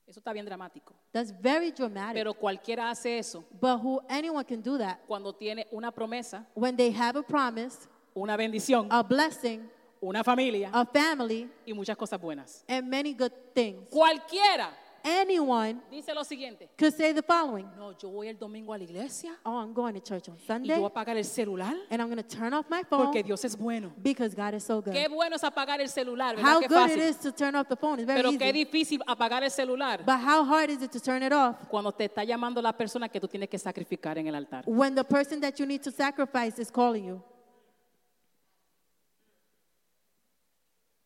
S2: Eso está bien dramático.
S3: That's very dramatic.
S2: Pero cualquiera hace eso
S3: but who anyone can do that
S2: cuando tiene una promesa,
S3: when they have a promise,
S2: una bendición,
S3: a blessing,
S2: una familia
S3: a family,
S2: y muchas cosas buenas.
S3: and many good things.
S2: Cualquiera
S3: Anyone
S2: dice lo siguiente.
S3: could say the following:
S2: No, yo voy el domingo a la iglesia
S3: Oh, I'm going to church on
S2: y yo
S3: Sunday,
S2: voy a apagar el celular
S3: and I'm going to turn off my phone
S2: porque Dios es bueno.
S3: because God is so
S2: Qué
S3: good.
S2: bueno es apagar el celular, ¿verdad?
S3: How
S2: Qué
S3: good it
S2: fácil.
S3: is to turn off the phone. It's very
S2: Pero qué
S3: easy.
S2: difícil apagar el celular
S3: But how hard is it to turn it off
S2: cuando te está llamando la persona que tú tienes que sacrificar en el altar.
S3: when the person that you need to sacrifice is calling you?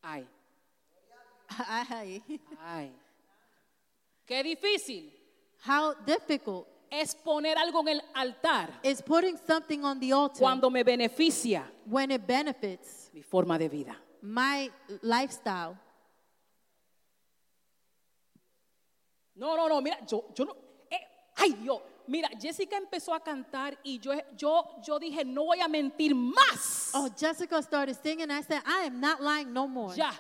S2: Ay, [laughs] ay. Qué difícil
S3: how difficult
S2: es poner algo en el altar
S3: is putting something on the altar
S2: cuando me beneficia
S3: when it benefits
S2: mi forma de vida.
S3: my lifestyle?
S2: No, no, no, mira, yo, yo no. eh, ay, Dios. Mira, Jessica empezó a cantar y yo, yo, yo dije, no voy a mentir más.
S3: Oh, Jessica started singing. I said, I am not lying no more.
S2: ya.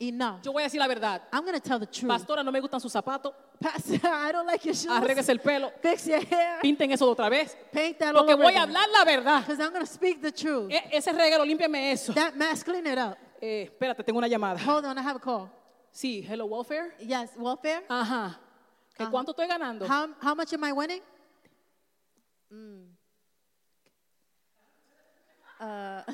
S3: Enough.
S2: Yo voy a decir la verdad.
S3: I'm going to tell the truth.
S2: Pastora, no me gustan sus zapatos.
S3: Pastor, [laughs] I don't like your shoes.
S2: Arréglese el pelo.
S3: Fix your hair.
S2: Pinten eso de otra vez.
S3: Paint that all
S2: Porque
S3: over
S2: voy a hablar la verdad.
S3: Because I'm going to speak the truth.
S2: E- ese reguero, límpiame eso.
S3: That mask, clean it up.
S2: Eh, espérate, tengo una llamada.
S3: Hold on, I have a call.
S2: Sí, Hello Welfare.
S3: Yes, welfare.
S2: Ajá. ¿Que
S3: Ajá.
S2: ¿Cuánto estoy ganando?
S3: How, how much am I winning? Mm. Uh,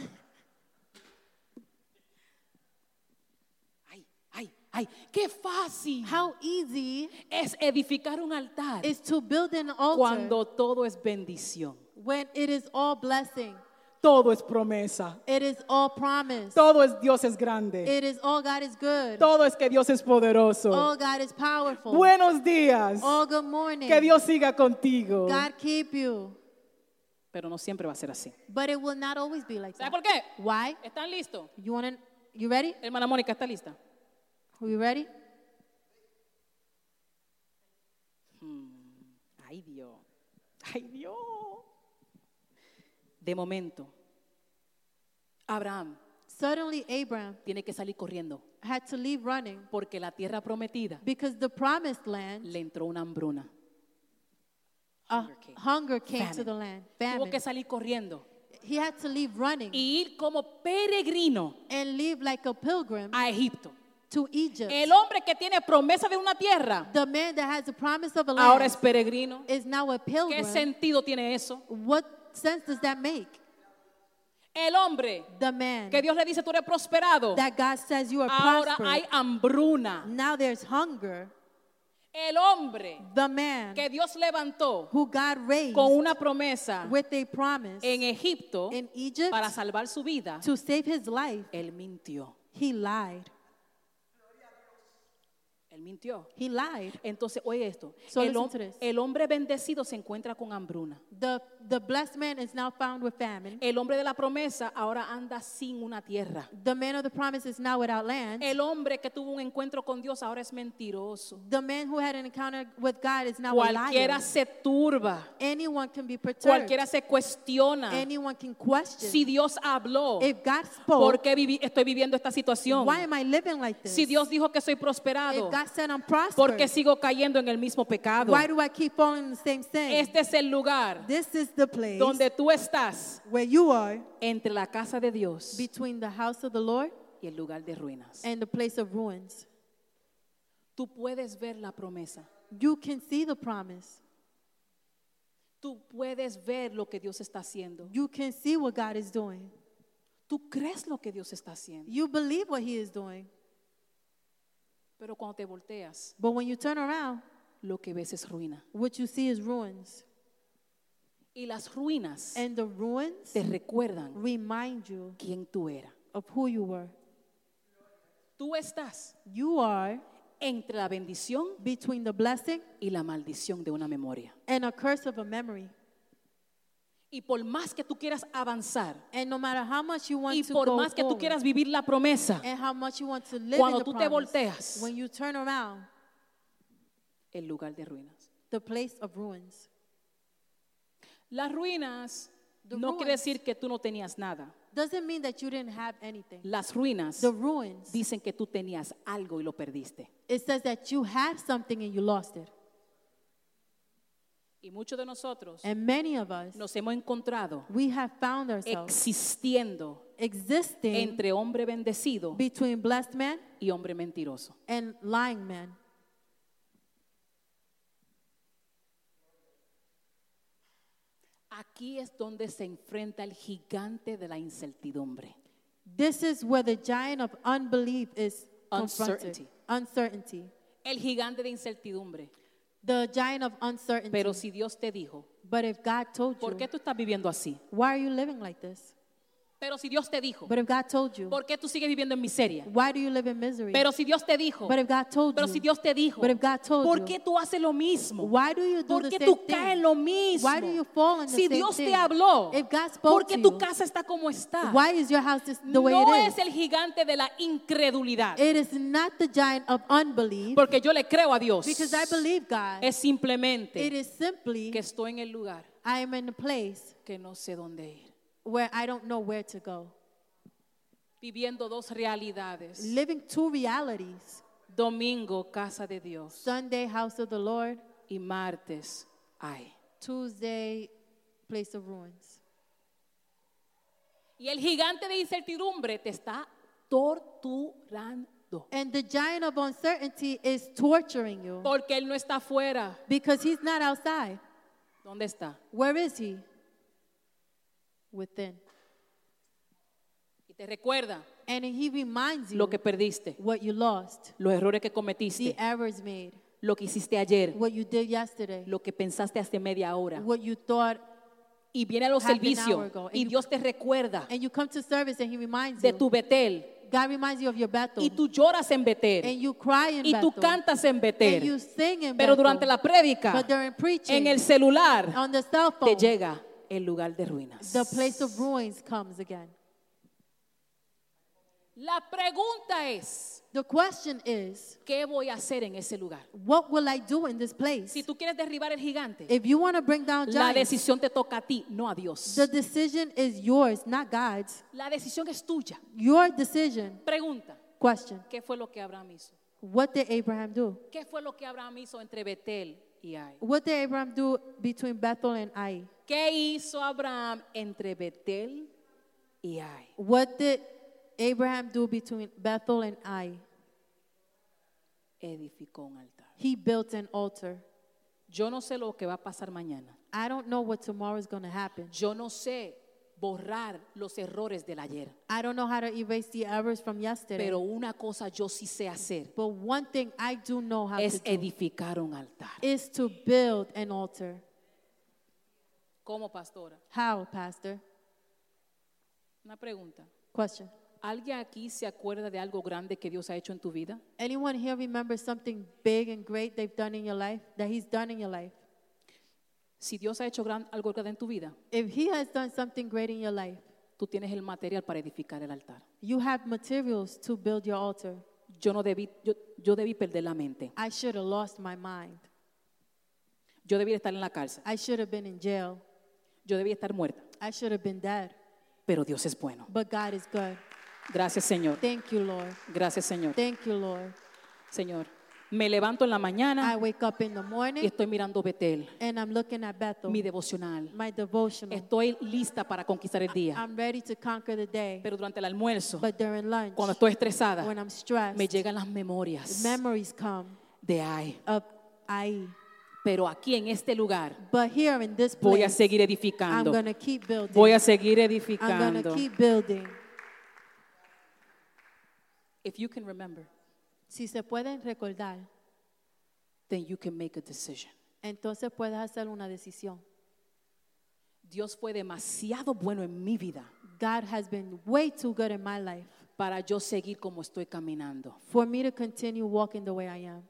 S2: Ay, ay, ay. Qué fácil
S3: how easy
S2: es edificar un altar
S3: is to build an altar
S2: cuando todo es bendición.
S3: when it is all blessing,
S2: Todo es promesa.
S3: it is all promise,
S2: Todo es Dios es grande.
S3: it is all God is good,
S2: Todo es que Dios es poderoso.
S3: all God is powerful,
S2: Buenos días.
S3: all good morning,
S2: Que Dios siga contigo.
S3: God keep you.
S2: Pero no siempre va a ser así.
S3: But it will not always be like
S2: ¿Sabes
S3: that.
S2: por qué?
S3: Why?
S2: ¿Están listos?
S3: You want to? You ready?
S2: Hermana Mónica, ¿está lista?
S3: Are you ready?
S2: Ay Dios, ay Dios. De momento, Abraham
S3: Suddenly, Abraham
S2: tiene que salir corriendo
S3: had to leave running
S2: porque la tierra prometida
S3: because the promised land
S2: le entró una hambruna.
S3: uh,
S2: Hunger came.
S3: hunger came to
S2: Famine.
S3: the land.
S2: Tuvo
S3: Famine.
S2: que salir corriendo
S3: He had to leave running
S2: y ir como peregrino
S3: and leave like a pilgrim
S2: a Egipto.
S3: to Egypt.
S2: El hombre que tiene promesa de una tierra
S3: The man that has the promise of a land
S2: ahora es peregrino.
S3: is now a
S2: ¿Qué
S3: pilgrim.
S2: sentido tiene eso?
S3: What sense does that make?
S2: El hombre
S3: The man
S2: que Dios le dice tú eres prosperado,
S3: that God says you are
S2: ahora
S3: prospered.
S2: hay hambruna.
S3: Now there's hunger.
S2: El hombre
S3: The man
S2: que Dios levantó
S3: who God raised
S2: con una promesa
S3: with a promise
S2: en Egipto
S3: in Egypt
S2: para salvar su vida,
S3: to save his life,
S2: él mintió.
S3: he lied.
S2: Él mintió.
S3: He lied.
S2: Entonces, oye esto.
S3: So
S2: el,
S3: listen
S2: hom-
S3: to this.
S2: el hombre bendecido se encuentra con hambruna.
S3: The, the blessed man is now found with famine.
S2: El hombre de la promesa ahora anda sin una tierra.
S3: The man of the promise is now without land.
S2: El hombre que tuvo un encuentro con Dios ahora es mentiroso.
S3: The man who had an encounter with God is now a liar.
S2: Cualquiera se turba.
S3: Anyone can be perturbed.
S2: Cualquiera se cuestiona.
S3: Anyone can question.
S2: Si Dios habló,
S3: if God
S2: ¿por
S3: spoke,
S2: qué vivi- estoy viviendo esta situación?
S3: why am I living like this?
S2: Si Dios dijo que soy
S3: if
S2: prosperado,
S3: God said I'm
S2: ¿por qué
S3: prosperous,
S2: sigo cayendo en el mismo pecado?
S3: why do I keep falling in the same sin?
S2: Este es el lugar
S3: this is the place
S2: donde tú estás
S3: where you are
S2: entre la casa de Dios
S3: between the house of the Lord
S2: y el lugar de ruinas.
S3: and the place of ruins.
S2: Tú puedes ver la promesa.
S3: You can see the promise.
S2: Tú puedes ver lo que Dios está haciendo.
S3: You can see what God is doing.
S2: Tú crees lo que Dios está haciendo.
S3: You believe what He is doing.
S2: Pero cuando te volteas,
S3: But when you turn around,
S2: lo que ves es ruina.
S3: what you see is ruins.
S2: Y las ruinas
S3: And the ruins
S2: te recuerdan
S3: remind you
S2: quién tú eras.
S3: of who you were.
S2: Tú estás
S3: You are
S2: entre la bendición
S3: between the blessing
S2: y la maldición de una memoria.
S3: and a curse of a memory.
S2: Y por más que tú quieras avanzar
S3: And no matter how much you want
S2: y
S3: to
S2: por
S3: go
S2: más que tú
S3: forward,
S2: quieras vivir la promesa,
S3: and how much you want to live
S2: Cuando
S3: in the
S2: tú te
S3: promise,
S2: volteas.
S3: when you turn around,
S2: el lugar de ruinas.
S3: the place of ruins.
S2: Las ruinas
S3: The
S2: no quiere
S3: ruins.
S2: decir que tú no tenías nada.
S3: Doesn't mean that you didn't have anything.
S2: Las ruinas
S3: The ruins.
S2: dicen que tú tenías algo y lo perdiste.
S3: It says that you had something and you lost it.
S2: Y muchos de nosotros
S3: And many of us,
S2: nos hemos encontrado
S3: we have found ourselves
S2: existiendo
S3: existing
S2: entre hombre bendecido
S3: between blessed men
S2: y hombre mentiroso.
S3: and lying men.
S2: Aquí es donde se enfrenta el gigante de la incertidumbre.
S3: This is where the giant of unbelief is confronted.
S2: Uncertainty.
S3: Uncertainty.
S2: El gigante de incertidumbre.
S3: The giant of uncertainty.
S2: Pero si Dios te dijo,
S3: but if God told
S2: ¿por
S3: you,
S2: qué tú estás viviendo así?
S3: why are you living like this?
S2: Pero si Dios te dijo,
S3: But if God told you,
S2: ¿por qué tú sigues viviendo en miseria?
S3: why do you live in misery?
S2: Pero si Dios te dijo,
S3: but if God told
S2: pero
S3: you,
S2: si Dios te dijo,
S3: But if God told
S2: ¿por
S3: you.
S2: qué tú haces lo mismo?
S3: why do you do
S2: ¿Por
S3: the
S2: qué
S3: same
S2: tú
S3: thing?
S2: caes en lo mismo?
S3: Why do you fall in the
S2: si
S3: same
S2: Dios
S3: thing?
S2: te habló,
S3: If God spoke
S2: ¿por qué
S3: to
S2: tu
S3: you,
S2: casa está como está?
S3: Why is your house this, the way
S2: no
S3: it
S2: es
S3: is?
S2: el gigante de la incredulidad,
S3: It is not the giant of unbelief
S2: porque yo le creo a Dios.
S3: because I believe God.
S2: Es simplemente
S3: It is simply
S2: que estoy en el lugar
S3: I am in a place
S2: que no sé dónde ir.
S3: where I don't know where to go.
S2: viviendo dos realidades.
S3: living two realities
S2: Domingo, casa de Dios,
S3: Sunday, house of the Lord,
S2: y martes, ay.
S3: Tuesday, place of ruins.
S2: Y el gigante de incertidumbre te está torturando.
S3: And the giant of uncertainty is torturing you
S2: Porque él no está afuera.
S3: because he's not outside.
S2: ¿Dónde está?
S3: Where is he? Within.
S2: Y te recuerda
S3: And he reminds you
S2: lo que perdiste,
S3: what you lost,
S2: los errores que
S3: the
S2: cometiste,
S3: errors made,
S2: lo que hiciste ayer,
S3: what you did yesterday,
S2: lo que pensaste hace media hora.
S3: what you thought.
S2: Y viene a los
S3: Half an
S2: servicios
S3: hour ago, and
S2: y
S3: you-
S2: Dios te recuerda
S3: And you come to service and he reminds
S2: de
S3: you.
S2: tu Betel.
S3: God reminds you of your battle.
S2: Y tú lloras en Betel.
S3: and you cry in
S2: Y tú
S3: Bethel.
S2: cantas en
S3: And you
S2: Betel.
S3: sing in
S2: Pero
S3: Bethel.
S2: durante la prédica,
S3: But during preaching,
S2: en el celular,
S3: on the cell
S2: te
S3: phone,
S2: llega el lugar de ruinas.
S3: the place of ruins comes again.
S2: La pregunta es,
S3: The question is,
S2: ¿qué voy a hacer en ese lugar?
S3: what will I do in this place?
S2: Si tú quieres derribar el gigante,
S3: If you want to bring down
S2: la
S3: giants,
S2: decisión te toca a ti, no a Dios.
S3: the decision is yours, not God's.
S2: La decisión es tuya.
S3: Your decision.
S2: Pregunta,
S3: Question.
S2: ¿qué fue lo que Abraham hizo?
S3: What did Abraham do?
S2: ¿Qué fue lo que Abraham hizo entre Betel y Ai?
S3: What did Abraham do between Bethel and Ai?
S2: ¿Qué hizo Abraham entre Betel y Ai?
S3: What did Abraham do between Bethel and Ai?
S2: Edificó un altar.
S3: He built an altar.
S2: Yo no sé lo que va a pasar mañana.
S3: I don't know what tomorrow is going to happen.
S2: Yo no sé borrar los errores del ayer.
S3: I don't know how to erase the errors from yesterday.
S2: Pero una cosa yo sí sé hacer
S3: but one thing I do know how
S2: es
S3: to do
S2: edificar un altar.
S3: is to build an altar.
S2: Como pastora,
S3: How, Pastor?
S2: una pregunta.
S3: Question.
S2: ¿Alguien aquí se acuerda de algo grande que Dios ha hecho en tu vida?
S3: Anyone here remember something big and great they've done in your life? That He's done in your life?
S2: Si Dios ha hecho gran- algo grande en tu vida,
S3: If He has done something great in your life,
S2: tú tienes el material para edificar el altar.
S3: you have materials to build your altar.
S2: Yo no debí, yo, yo debí perder la mente.
S3: I should have lost my mind.
S2: Yo debí estar en la cárcel.
S3: I should have been in jail.
S2: Yo debí estar muerta.
S3: I should have been dead.
S2: Pero Dios es bueno.
S3: But God is good.
S2: Gracias, Señor.
S3: Thank you, Lord.
S2: Gracias, Señor.
S3: Thank you, Lord.
S2: Señor, me levanto en la
S3: I
S2: mañana
S3: wake up in the
S2: y
S3: morning
S2: estoy mirando Betel,
S3: and I'm looking at Bethel,
S2: mi devocional.
S3: my devotional.
S2: Estoy lista para conquistar el día.
S3: I'm ready to conquer the day.
S2: Pero durante el almuerzo,
S3: But during lunch,
S2: cuando estoy estresada,
S3: when I'm stressed,
S2: me llegan las memorias
S3: memories come
S2: de ay.
S3: of I. E.
S2: Pero aquí en este lugar
S3: But here in this
S2: voy a
S3: place,
S2: seguir
S3: I'm
S2: edificando.
S3: going to keep building.
S2: Voy a seguir
S3: I'm going
S2: edificando.
S3: to keep building.
S2: If you can remember,
S3: Si se pueden recordar,
S2: then you can make a decision.
S3: entonces puedes hacer una decisión.
S2: Dios fue demasiado bueno en mi vida
S3: God has been way too good in my life
S2: para yo seguir como estoy caminando.
S3: for me to continue walking the way I am.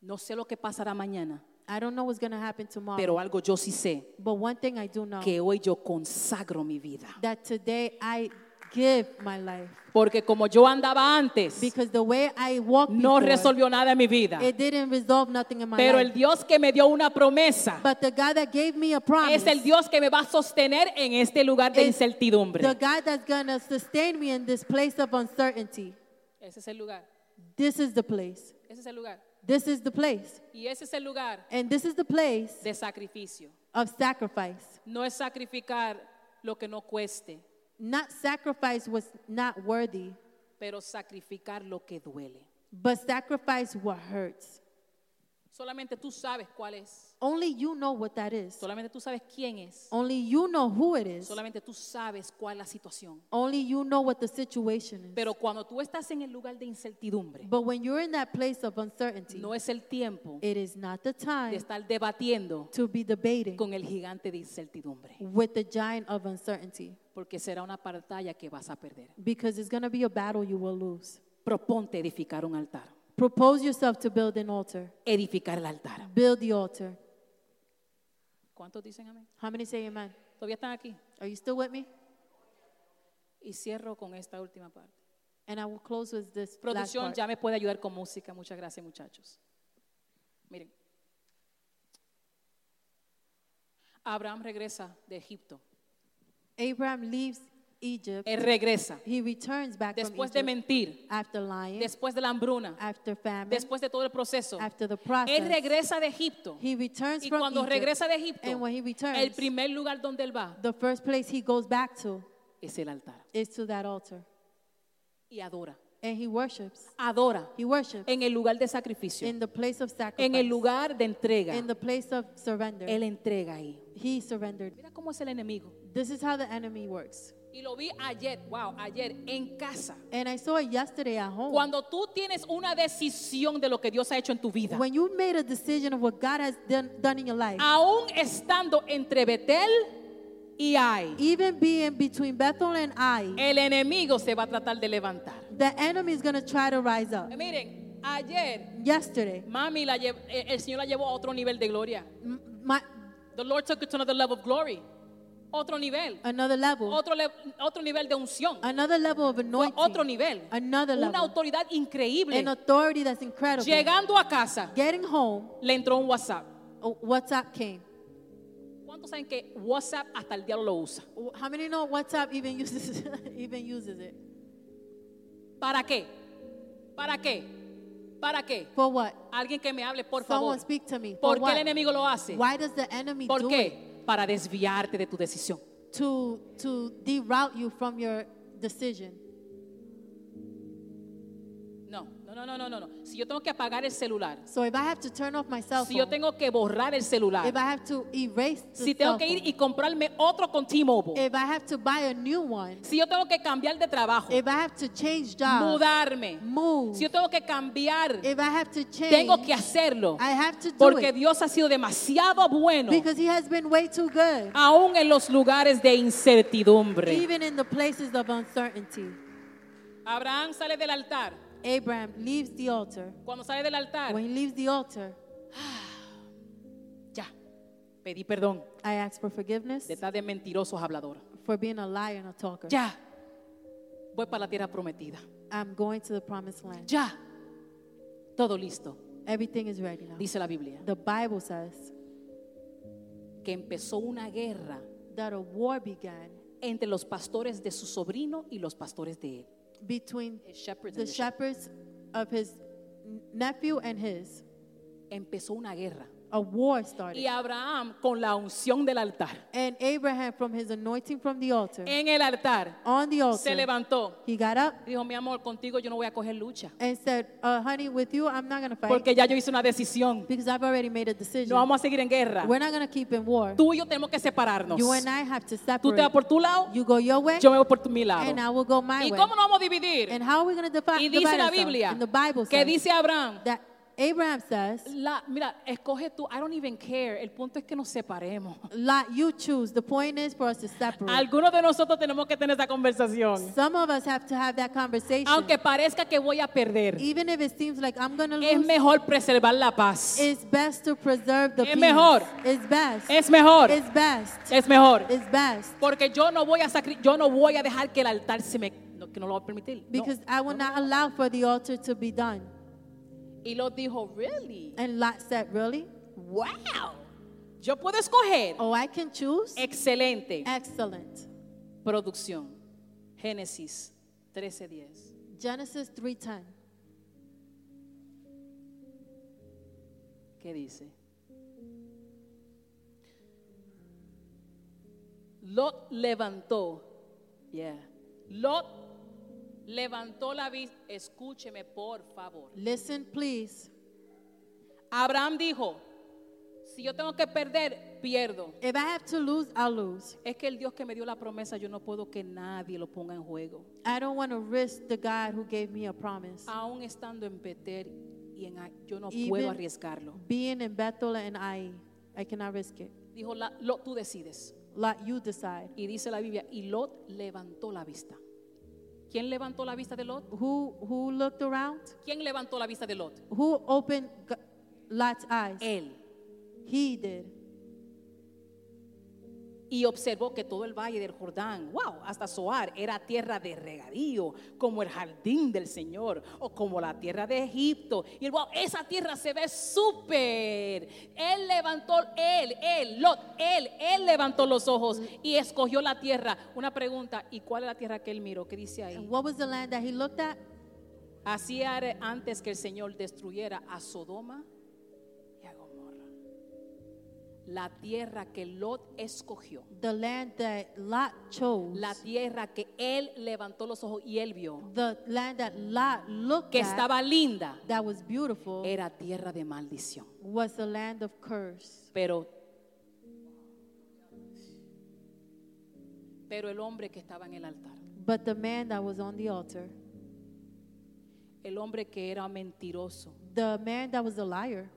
S2: No sé lo que pasará mañana,
S3: I don't know what's going to happen tomorrow.
S2: pero algo yo sí sé,
S3: but one thing I do know
S2: que hoy yo consagro mi vida.
S3: that today I give my life
S2: Porque como yo andaba antes,
S3: because the way I walk
S2: no
S3: before,
S2: resolvió nada en mi vida.
S3: it didn't resolve nothing in my
S2: Pero
S3: life.
S2: el Dios que me dio una promesa
S3: But the God that gave me a promise,
S2: es el Dios que me va a sostener en este lugar de
S3: Es- the
S2: incertidumbre.
S3: God that's going to sustain me in this place of uncertainty.
S2: Ese es el lugar,
S3: This is the place.
S2: ese es el lugar.
S3: This is the place.
S2: Y ese es el lugar
S3: And this is the place
S2: de sacrificio.
S3: of sacrifice.
S2: No es sacrificar lo que no cueste,
S3: Not sacrifice was not worthy,
S2: pero sacrificar lo que duele.
S3: but sacrifice what hurts.
S2: Solamente tú sabes cuál es.
S3: Only you know what that is.
S2: Solamente tú sabes quién es.
S3: Only you know who it is.
S2: Solamente tú sabes cuál es la situación.
S3: Only you know what the situation is.
S2: Pero cuando tú estás en el lugar de incertidumbre,
S3: But when you're in that place of uncertainty,
S2: no es el tiempo
S3: it is not the
S2: de
S3: time
S2: estar debatiendo
S3: to be debating
S2: con el gigante de incertidumbre,
S3: with the giant of uncertainty
S2: porque será una batalla que vas a perder.
S3: because it's going to be a battle you will lose.
S2: Proponte edificar un altar,
S3: Propose yourself to build an altar.
S2: edificar el altar.
S3: Build the altar.
S2: ¿Cuántos dicen amén?
S3: How many say amen?
S2: Todavía están aquí.
S3: Are you still with me?
S2: Y cierro con esta última parte.
S3: And I will close with this last
S2: Producción
S3: part.
S2: ya me puede ayudar con música. Muchas gracias, muchachos. Miren. Abraham regresa de Egipto
S3: Abraham leaves Egypt,
S2: Él regresa.
S3: he returns back
S2: Después de
S3: from Egypt
S2: mentir,
S3: after lying,
S2: después de la hambruna,
S3: after famine,
S2: después de todo el proceso.
S3: after the
S2: Él
S3: process.
S2: regresa de Egipto.
S3: He returns
S2: Y
S3: from
S2: cuando
S3: Egypt,
S2: regresa de Egipto,
S3: and when he returns,
S2: el primer lugar donde él va
S3: the first place he goes back to
S2: es el altar.
S3: is to that altar.
S2: Y adora.
S3: And he worships.
S2: Adora
S3: He worships
S2: en el lugar de sacrificio,
S3: in the place of sacrifice,
S2: en el lugar de entrega.
S3: in the place of surrender.
S2: Él entrega ahí.
S3: he surrendered.
S2: Mira cómo es el enemigo.
S3: This is how the enemy works.
S2: Y lo vi ayer, wow, ayer en casa.
S3: And I saw it yesterday at home.
S2: Cuando tú tienes una decisión de lo que Dios ha hecho en tu vida,
S3: when you made a decision of what God has done, done in your life,
S2: aún estando entre Betel y Ai,
S3: even being between Bethel and I,
S2: el enemigo se va a tratar de levantar.
S3: the enemy is going to try to rise up.
S2: Eh, Miren, ayer
S3: Yesterday,
S2: mami la lle- eh, el Señor la llevó a otro nivel de gloria.
S3: m- my,
S2: The Lord took it to another level of glory. Otro nivel.
S3: another level,
S2: Otro, le- otro nivel de unción.
S3: another level of
S2: Fue
S3: anointing,
S2: Otro nivel.
S3: another
S2: Una
S3: level,
S2: autoridad increíble.
S3: an authority that's incredible.
S2: Llegando a casa,
S3: Getting home,
S2: le entró un WhatsApp.
S3: oh, WhatsApp came.
S2: ¿Cuántos saben que WhatsApp hasta el diablo lo usa?
S3: Wh- How many know WhatsApp even [laughs] uses even uses it?
S2: ¿Para qué? ¿Para qué? ¿Para qué?
S3: For what?
S2: Alguien que me hable, por favor.
S3: Someone speak to me.
S2: ¿Por
S3: For
S2: qué el
S3: what?
S2: enemigo lo hace?
S3: Why does the enemy
S2: ¿Por
S3: do it?
S2: qué? Para desviarte de tu decisión.
S3: to to deroute you from your decision.
S2: No, no, no, no, no, no, no. Si yo tengo que apagar el celular,
S3: So if I have to turn off my cell
S2: si
S3: phone,
S2: yo tengo que borrar el celular,
S3: if I have to erase the
S2: si
S3: cell
S2: tengo que
S3: phone,
S2: ir y comprarme otro con T-Mobile,
S3: if I have to buy a new one,
S2: si yo tengo que cambiar de trabajo,
S3: if I have to change job,
S2: mudarme,
S3: move,
S2: si yo tengo que cambiar,
S3: if I have to change,
S2: tengo que hacerlo,
S3: I have to do
S2: porque
S3: it
S2: Dios ha sido demasiado bueno,
S3: because He has been way too good,
S2: aún en los lugares de incertidumbre.
S3: even in the places of uncertainty.
S2: Abraham sale del altar.
S3: Abraham leaves the altar.
S2: Cuando sale del altar,
S3: When he leaves the altar,
S2: ya, pedí perdón
S3: I ask for forgiveness
S2: de tal de mentirosos hablador.
S3: for being a liar and a talker.
S2: Ya, voy para la tierra prometida.
S3: I'm going to the promised land.
S2: Ya, todo listo,
S3: Everything is ready now.
S2: dice la Biblia.
S3: The Bible says
S2: que empezó una guerra
S3: that a war began
S2: entre los pastores de su sobrino y los pastores de él.
S3: between
S2: His shepherds
S3: the
S2: and the shepherds.
S3: shepherds of his nephew and his.
S2: Empezó una guerra.
S3: A war
S2: Y
S3: started.
S2: Abraham con la unción del altar.
S3: And Abraham, from his anointing from the altar,
S2: En el altar
S3: on the
S2: se
S3: altar,
S2: levantó.
S3: he got up
S2: Dijo, mi amor, contigo yo no voy a coger lucha.
S3: and said, uh, Honey, with you, I'm not going to fight
S2: Porque ya yo hice una decisión.
S3: because I've already made a decision.
S2: No vamos a seguir en guerra.
S3: We're not going to keep in war.
S2: Tú y yo tenemos que separarnos.
S3: You and I have to
S2: Tú te vas
S3: separate.
S2: por tu lado,
S3: You go your way,
S2: yo me voy por tu- mi lado.
S3: and I will go my
S2: ¿Y
S3: way.
S2: cómo nos vamos a dividir?
S3: And how are we going to
S2: Y
S3: define
S2: dice la Biblia
S3: And the Bible
S2: que
S3: says
S2: dice Abraham,
S3: that Abraham says,
S2: La- mira, escoge tú. I don't even care. El punto es que nos separemos.
S3: Lot, you choose. The point is for us to separate.
S2: Algunos de nosotros tenemos que tener esa conversación.
S3: Some of us have to have that conversation.
S2: Aunque parezca que voy a perder,
S3: Even if it seems like I'm going to
S2: es
S3: lose,
S2: mejor preservar la paz.
S3: it's best to preserve the
S2: Es
S3: peace.
S2: mejor.
S3: It's best.
S2: Es mejor.
S3: It's best.
S2: Es mejor.
S3: It's best.
S2: Porque yo no voy a sacri- yo no voy a dejar que el altar se me no, que no lo voy a permitir. No.
S3: Because I will not allow for the altar to be done.
S2: Y lo dijo, "Really?
S3: And Lot said, Really?
S2: Wow. Yo puedo escoger.
S3: Oh, I can choose?
S2: Excelente.
S3: Excellent.
S2: Producción. Génesis 13:10.
S3: Genesis 3.10.
S2: ¿Qué dice? Lot levantó. Yeah. Lot levantó la vista. Escúcheme, por favor.
S3: Listen, please.
S2: Abraham dijo: Si yo tengo que perder, pierdo.
S3: If I have to lose, I'll lose.
S2: Es que el Dios que me dio la promesa, yo no puedo que nadie lo ponga en juego.
S3: I don't want to risk the God who gave me a promise.
S2: Aún estando en Peter y en Ai, yo no
S3: Even-
S2: puedo arriesgarlo.
S3: Being in Bethel and I, I cannot risk it.
S2: Dijo: "La- Lot, tú decides.
S3: Lot, you decide.
S2: Y dice la Biblia: Y Lot levantó la vista. ¿Quién levantó la vista de Lot?
S3: Who who looked around?
S2: ¿Quién levantó la vista de Lot?
S3: Who opened G-
S2: Eh.
S3: Lot's eyes?
S2: Él.
S3: He did.
S2: Y observó que todo el valle del Jordán, wow, hasta Soar era tierra de regadío, como el jardín del Señor o como la tierra de Egipto. Y el wow, esa tierra se ve súper. Él levantó, él, él, Lot, él, él levantó los ojos y escogió la tierra. Una pregunta, ¿y cuál es la tierra que él miró? ¿Qué dice ahí?
S3: And what was the land that he looked at?
S2: Así haré antes que el Señor destruyera a Sodoma y a Gomorra. La tierra que Lot escogió.
S3: The land that Lot chose.
S2: La tierra que él levantó los ojos y él vio.
S3: the land that Lot looked
S2: Que
S3: at
S2: estaba Eh. linda.
S3: that was beautiful
S2: Era tierra de maldición.
S3: was the land of curse.
S2: Pero. Pero el hombre que estaba en el altar.
S3: But the man that was on the altar,
S2: El hombre que era mentiroso.
S3: the man that was a liar,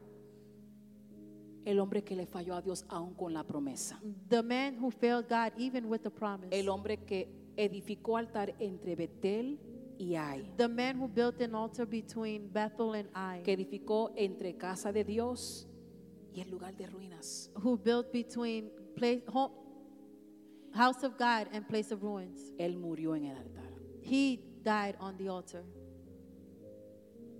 S2: El hombre que le falló a Dios aún con la promesa.
S3: the man who failed God even with the promise,
S2: El hombre que edificó altar entre Betel y Ai.
S3: the man who built an altar between Bethel and Ai,
S2: que edificó entre casa de Dios y el lugar de ruinas.
S3: who built between place, home, house of God and place of ruins.
S2: Él murió en el altar.
S3: He died on the altar.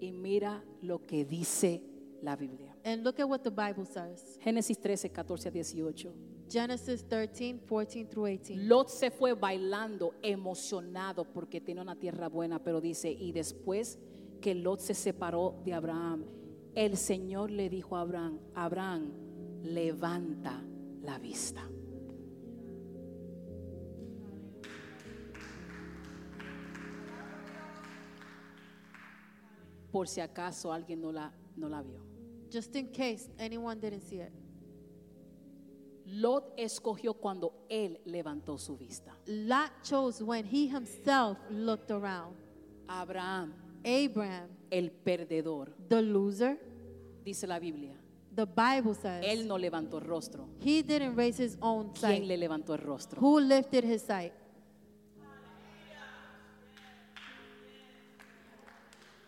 S2: Y mira lo que dice la Biblia.
S3: And look at what the Bible says.
S2: Génesis 13, 14 a 18.
S3: Genesis 13, 14 through 18.
S2: Lot se fue bailando, emocionado porque tenía una tierra buena, pero dice, y después que Lot se separó de Abraham, el Señor le dijo a Abraham, Abraham, levanta la vista. Por si acaso alguien no la, no la vio.
S3: Just in case anyone didn't see it.
S2: Lot escogió cuando él levantó su vista.
S3: Lot chose when he himself looked around.
S2: Abraham,
S3: Abraham,
S2: el perdedor,
S3: the loser,
S2: dice la Biblia.
S3: the Bible says,
S2: Él no levantó el rostro.
S3: he didn't raise his own sight.
S2: ¿Quién le levantó el rostro?
S3: Who lifted his sight?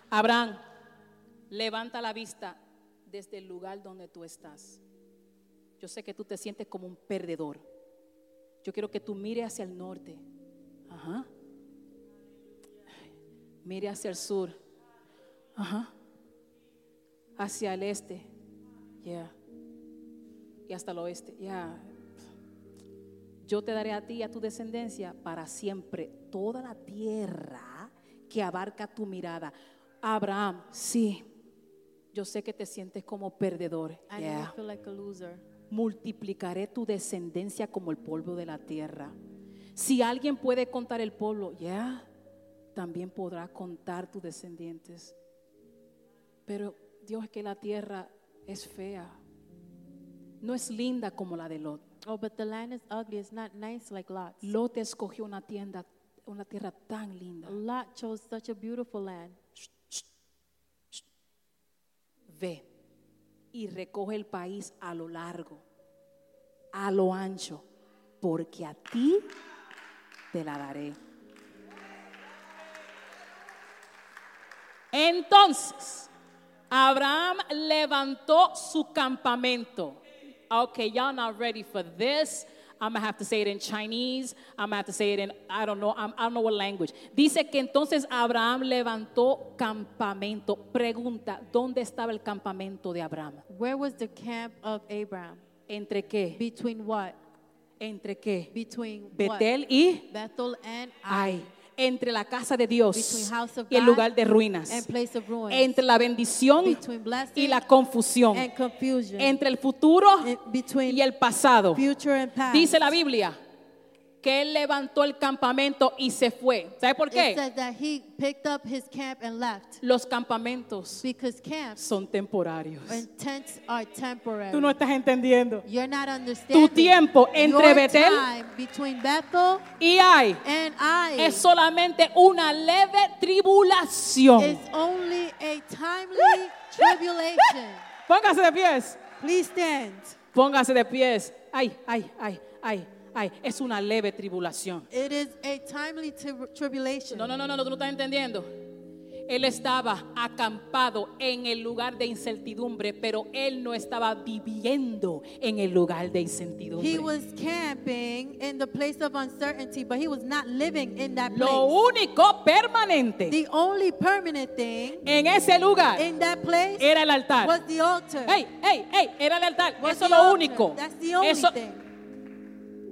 S2: Abraham, levanta la vista desde el lugar donde tú estás. Yo sé que tú te sientes como un perdedor. Yo quiero que tú mires hacia el norte. Ajá. Mire hacia el sur. Ajá. Hacia el este. Yeah. Y hasta el oeste. Yeah. Yo te daré a ti y a tu descendencia para siempre toda la tierra que abarca tu mirada. Abraham, sí, yo sé que te sientes como perdedor.
S3: I know
S2: Yeah.
S3: you feel like a loser.
S2: Multiplicaré tu descendencia como el polvo de la tierra. Si alguien puede contar el pueblo, ya, también podrá contar tus descendientes. Pero Dios es que la tierra es fea. No es linda como la de Lot.
S3: Oh, but the land is ugly. It's not nice like Lot's.
S2: Lot escogió una tienda, una tierra tan linda.
S3: Lot chose such a beautiful land.
S2: Ve y recoge el país a lo largo, a lo ancho, porque a ti te la daré. Entonces, Abraham levantó su campamento. Okay, y'all not ready for this. I'm gonna have to say it in Chinese. I'm gonna have to say it in I don't know. I'm, I don't know what language. Dice que entonces Abraham levantó campamento. Pregunta, ¿dónde estaba el campamento de Abraham?
S3: Where was the camp of Abraham?
S2: ¿Entre qué?
S3: Between what?
S2: ¿Entre qué?
S3: Between
S2: Betel y
S3: what? Bethel and Ai.
S2: Ay, entre la casa de
S3: Between
S2: Dios
S3: house of
S2: y el
S3: God
S2: lugar de
S3: And
S2: ruinas,
S3: place of ruins.
S2: entre la bendición
S3: Between blessing
S2: y la confusión,
S3: and confusion.
S2: entre el futuro
S3: And between
S2: y el pasado.
S3: future and past.
S2: Dice la Biblia que él levantó el campamento y se fue. ¿Sabe por
S3: It
S2: qué?
S3: says that he picked up his camp and left
S2: Los campamentos
S3: because camps
S2: son temporarios.
S3: and tents are temporary.
S2: Tú no estás entendiendo.
S3: You're not understanding.
S2: tiempo entre
S3: Your
S2: Betel
S3: time between Bethel
S2: Y hay
S3: and I
S2: es solamente una leve tribulación.
S3: is only a timely
S2: [laughs]
S3: tribulation.
S2: Póngase de pies.
S3: Please stand.
S2: Póngase de pies. Ay, ay, ay, ay, ay. Es una leve tribulación.
S3: It is a timely tri- tribulation.
S2: No, no, no, no, no, tú no estás entendiendo. Él estaba acampado en el lugar de incertidumbre, pero él no estaba viviendo en el lugar de
S4: He
S2: incertidumbre.
S4: was camping in the place of uncertainty, but he was not living in that place.
S2: Lo único permanente
S4: The only permanent thing
S2: en ese lugar
S4: in that place
S2: era el
S4: was
S2: altar.
S4: the altar.
S2: Hey, hey, hey, era el altar.
S4: Was
S2: Eso es
S4: the
S2: lo
S4: altar.
S2: único.
S4: That's the only
S2: Eso,
S4: thing.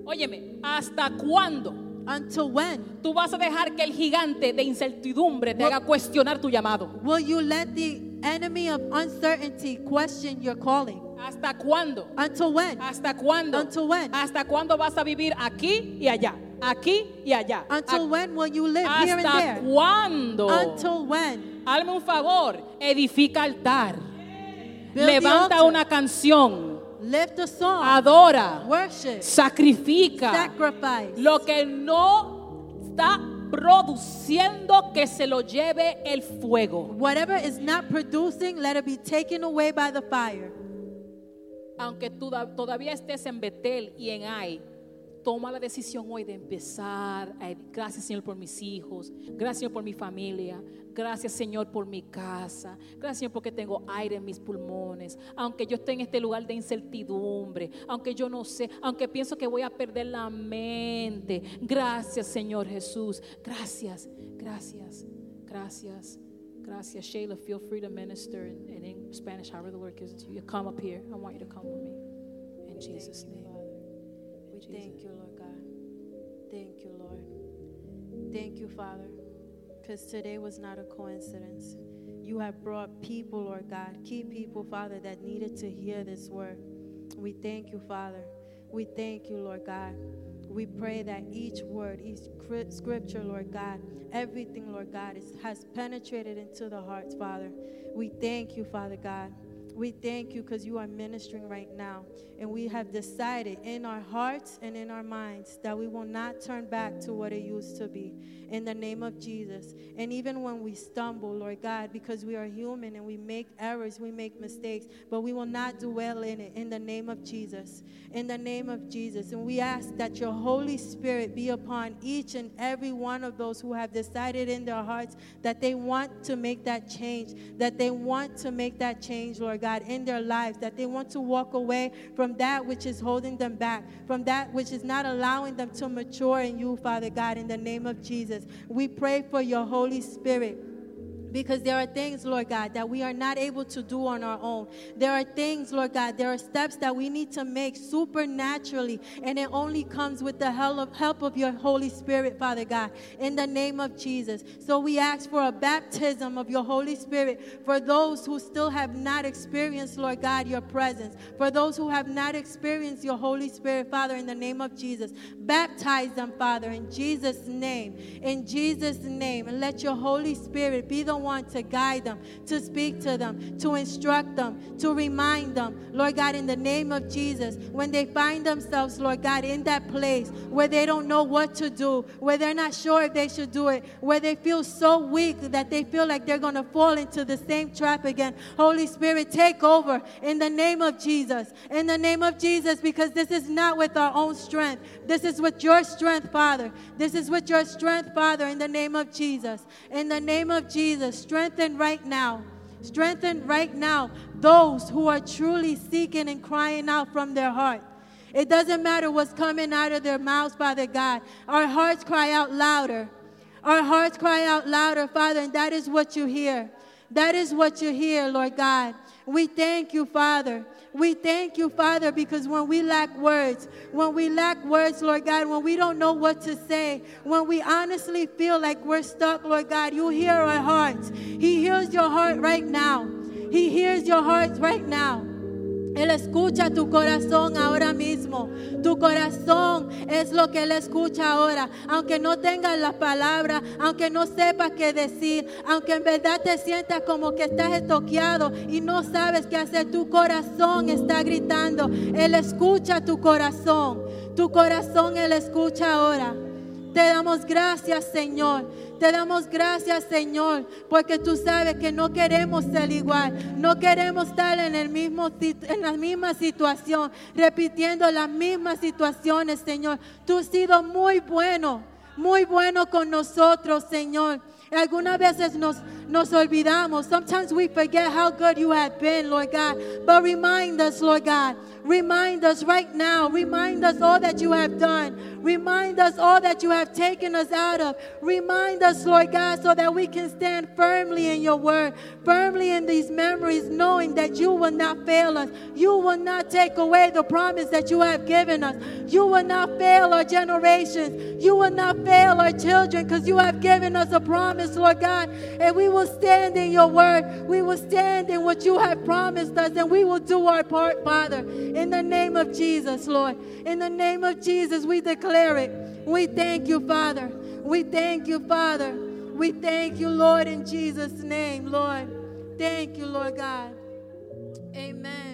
S2: óyeme, ¿hasta cuándo
S4: Until when
S2: tú vas a dejar que el gigante de incertidumbre te
S4: Well-
S2: haga cuestionar tu llamado?
S4: will you let the enemy of uncertainty question your calling?
S2: ¿Hasta cuándo?
S4: Until when?
S2: ¿Hasta cuándo?
S4: Until when?
S2: ¿Hasta cuándo vas a vivir aquí y allá? Aquí y allá.
S4: Until when will you live
S2: ¿Hasta
S4: here and there?
S2: cuándo?
S4: Until when?
S2: Hazme un favor, edifica altar.
S4: Build the
S2: Levanta
S4: altar.
S2: una canción,
S4: Lift the song.
S2: adora,
S4: Worship.
S2: sacrifica
S4: Sacrifice.
S2: lo que no está produciendo que se lo lleve el fuego.
S4: Whatever is not producing, let it be taken away by the fire.
S2: Aunque tú da- todavía estés en Betel y en Ai, toma la decisión hoy de empezar. a- gracias Señor por mis hijos, gracias Señor por mi familia, gracias Señor por mi casa, gracias Señor porque tengo aire en mis pulmones. Aunque yo esté en este lugar de incertidumbre, aunque yo no sé, aunque pienso que voy a perder la mente. Gracias Señor Jesús, gracias, gracias, gracias. Gracias, Shayla. Feel free to minister in, in Eng- Spanish, however the Lord gives it to you. Come up here. I want you to come with me. In Jesus'
S3: Thank you,
S2: name.
S3: Father. We
S2: Jesus.
S3: thank you, Lord God. Thank you, Lord. Thank you, Father, because today was not a coincidence. You have brought people, Lord God, key people, Father, that needed to hear this word. We thank you, Father. We thank you, Lord God. We pray that each word, each scri- scripture, Lord God, everything, Lord God, is, has penetrated into the hearts, Father. We thank you, Father God. We thank you because you are ministering right now. And we have decided in our hearts and in our minds that we will not turn back to what it used to be. In the name of Jesus. And even when we stumble, Lord God, because we are human and we make errors, we make mistakes, but we will not dwell in it. In the name of Jesus. In the name of Jesus. And we ask that your Holy Spirit be upon each and every one of those who have decided in their hearts that they want to make that change, that they want to make that change, Lord God, in their lives, that they want to walk away from that which is holding them back, from that which is not allowing them to mature in you, Father God, in the name of Jesus. We pray for your Holy Spirit. Because there are things, Lord God, that we are not able to do on our own. There are things, Lord God, there are steps that we need to make supernaturally, and it only comes with the hel- of- help of your Holy Spirit, Father God, in the name of Jesus. So we ask for a baptism of your Holy Spirit for those who still have not experienced, Lord God, your presence, for those who have not experienced your Holy Spirit, Father, in the name of Jesus. Baptize them, Father, in Jesus' name, in Jesus' name, and let your Holy Spirit be the one to guide them, to speak to them, to instruct them, to remind them, Lord God, in the name of Jesus, when they find themselves, Lord God, in that place where they don't know what to do, where they're not sure if they should do it, where they feel so weak that they feel like they're going to fall into the same trap again. Holy Spirit, take over in the name of Jesus, in the name of Jesus, because this is not with our own strength. This is with your strength, Father. This is with your strength, Father, in the name of Jesus. In the name of Jesus, strengthen right now. Strengthen right now those who are truly seeking and crying out from their heart. It doesn't matter what's coming out of their mouths, Father God. Our hearts cry out louder. Our hearts cry out louder, Father, and that is what you hear. That is what you hear, Lord God. We thank you, Father. We thank you, Father, because when we lack words, when we lack words, Lord God, when we don't know what to say, when we honestly feel like we're stuck, Lord God, you hear our hearts. He hears your heart right now. He hears your hearts right now. Él escucha tu corazón ahora mismo. Tu corazón es lo que Él escucha ahora. Aunque no tengas las palabras, aunque no sepas qué decir, aunque en verdad te sientas como que estás estoqueado y no sabes qué hacer, tu corazón está gritando. Él escucha tu corazón. Tu corazón Él escucha ahora. Te damos gracias, Señor. Te damos gracias, Señor, porque tú sabes que no queremos ser igual. No queremos estar en, el mismo, sit- en la misma situación, repitiendo las mismas situaciones, Señor. Tú has sido muy bueno, muy bueno con nosotros, Señor. Algunas veces nos, nos olvidamos. Sometimes we forget how good you have been, Lord God. But remind us, Lord God. Remind us right now. Remind us all that you have done. Remind us all that you have taken us out of. Remind us, Lord God, so that we can stand firmly in your word, firmly in these memories, knowing that you will not fail us. You will not take away the promise that you have given us. You will not fail our generations. You will not fail our children because you have given us a promise, Lord God. And we will stand in your word. We will stand in what you have promised us and we will do our part, Father. In the name of Jesus, Lord. In the name of Jesus, we declare it. We thank you, Father. We thank you, Father. We thank you, Lord, in Jesus' name, Lord. Thank you, Lord God. Amen.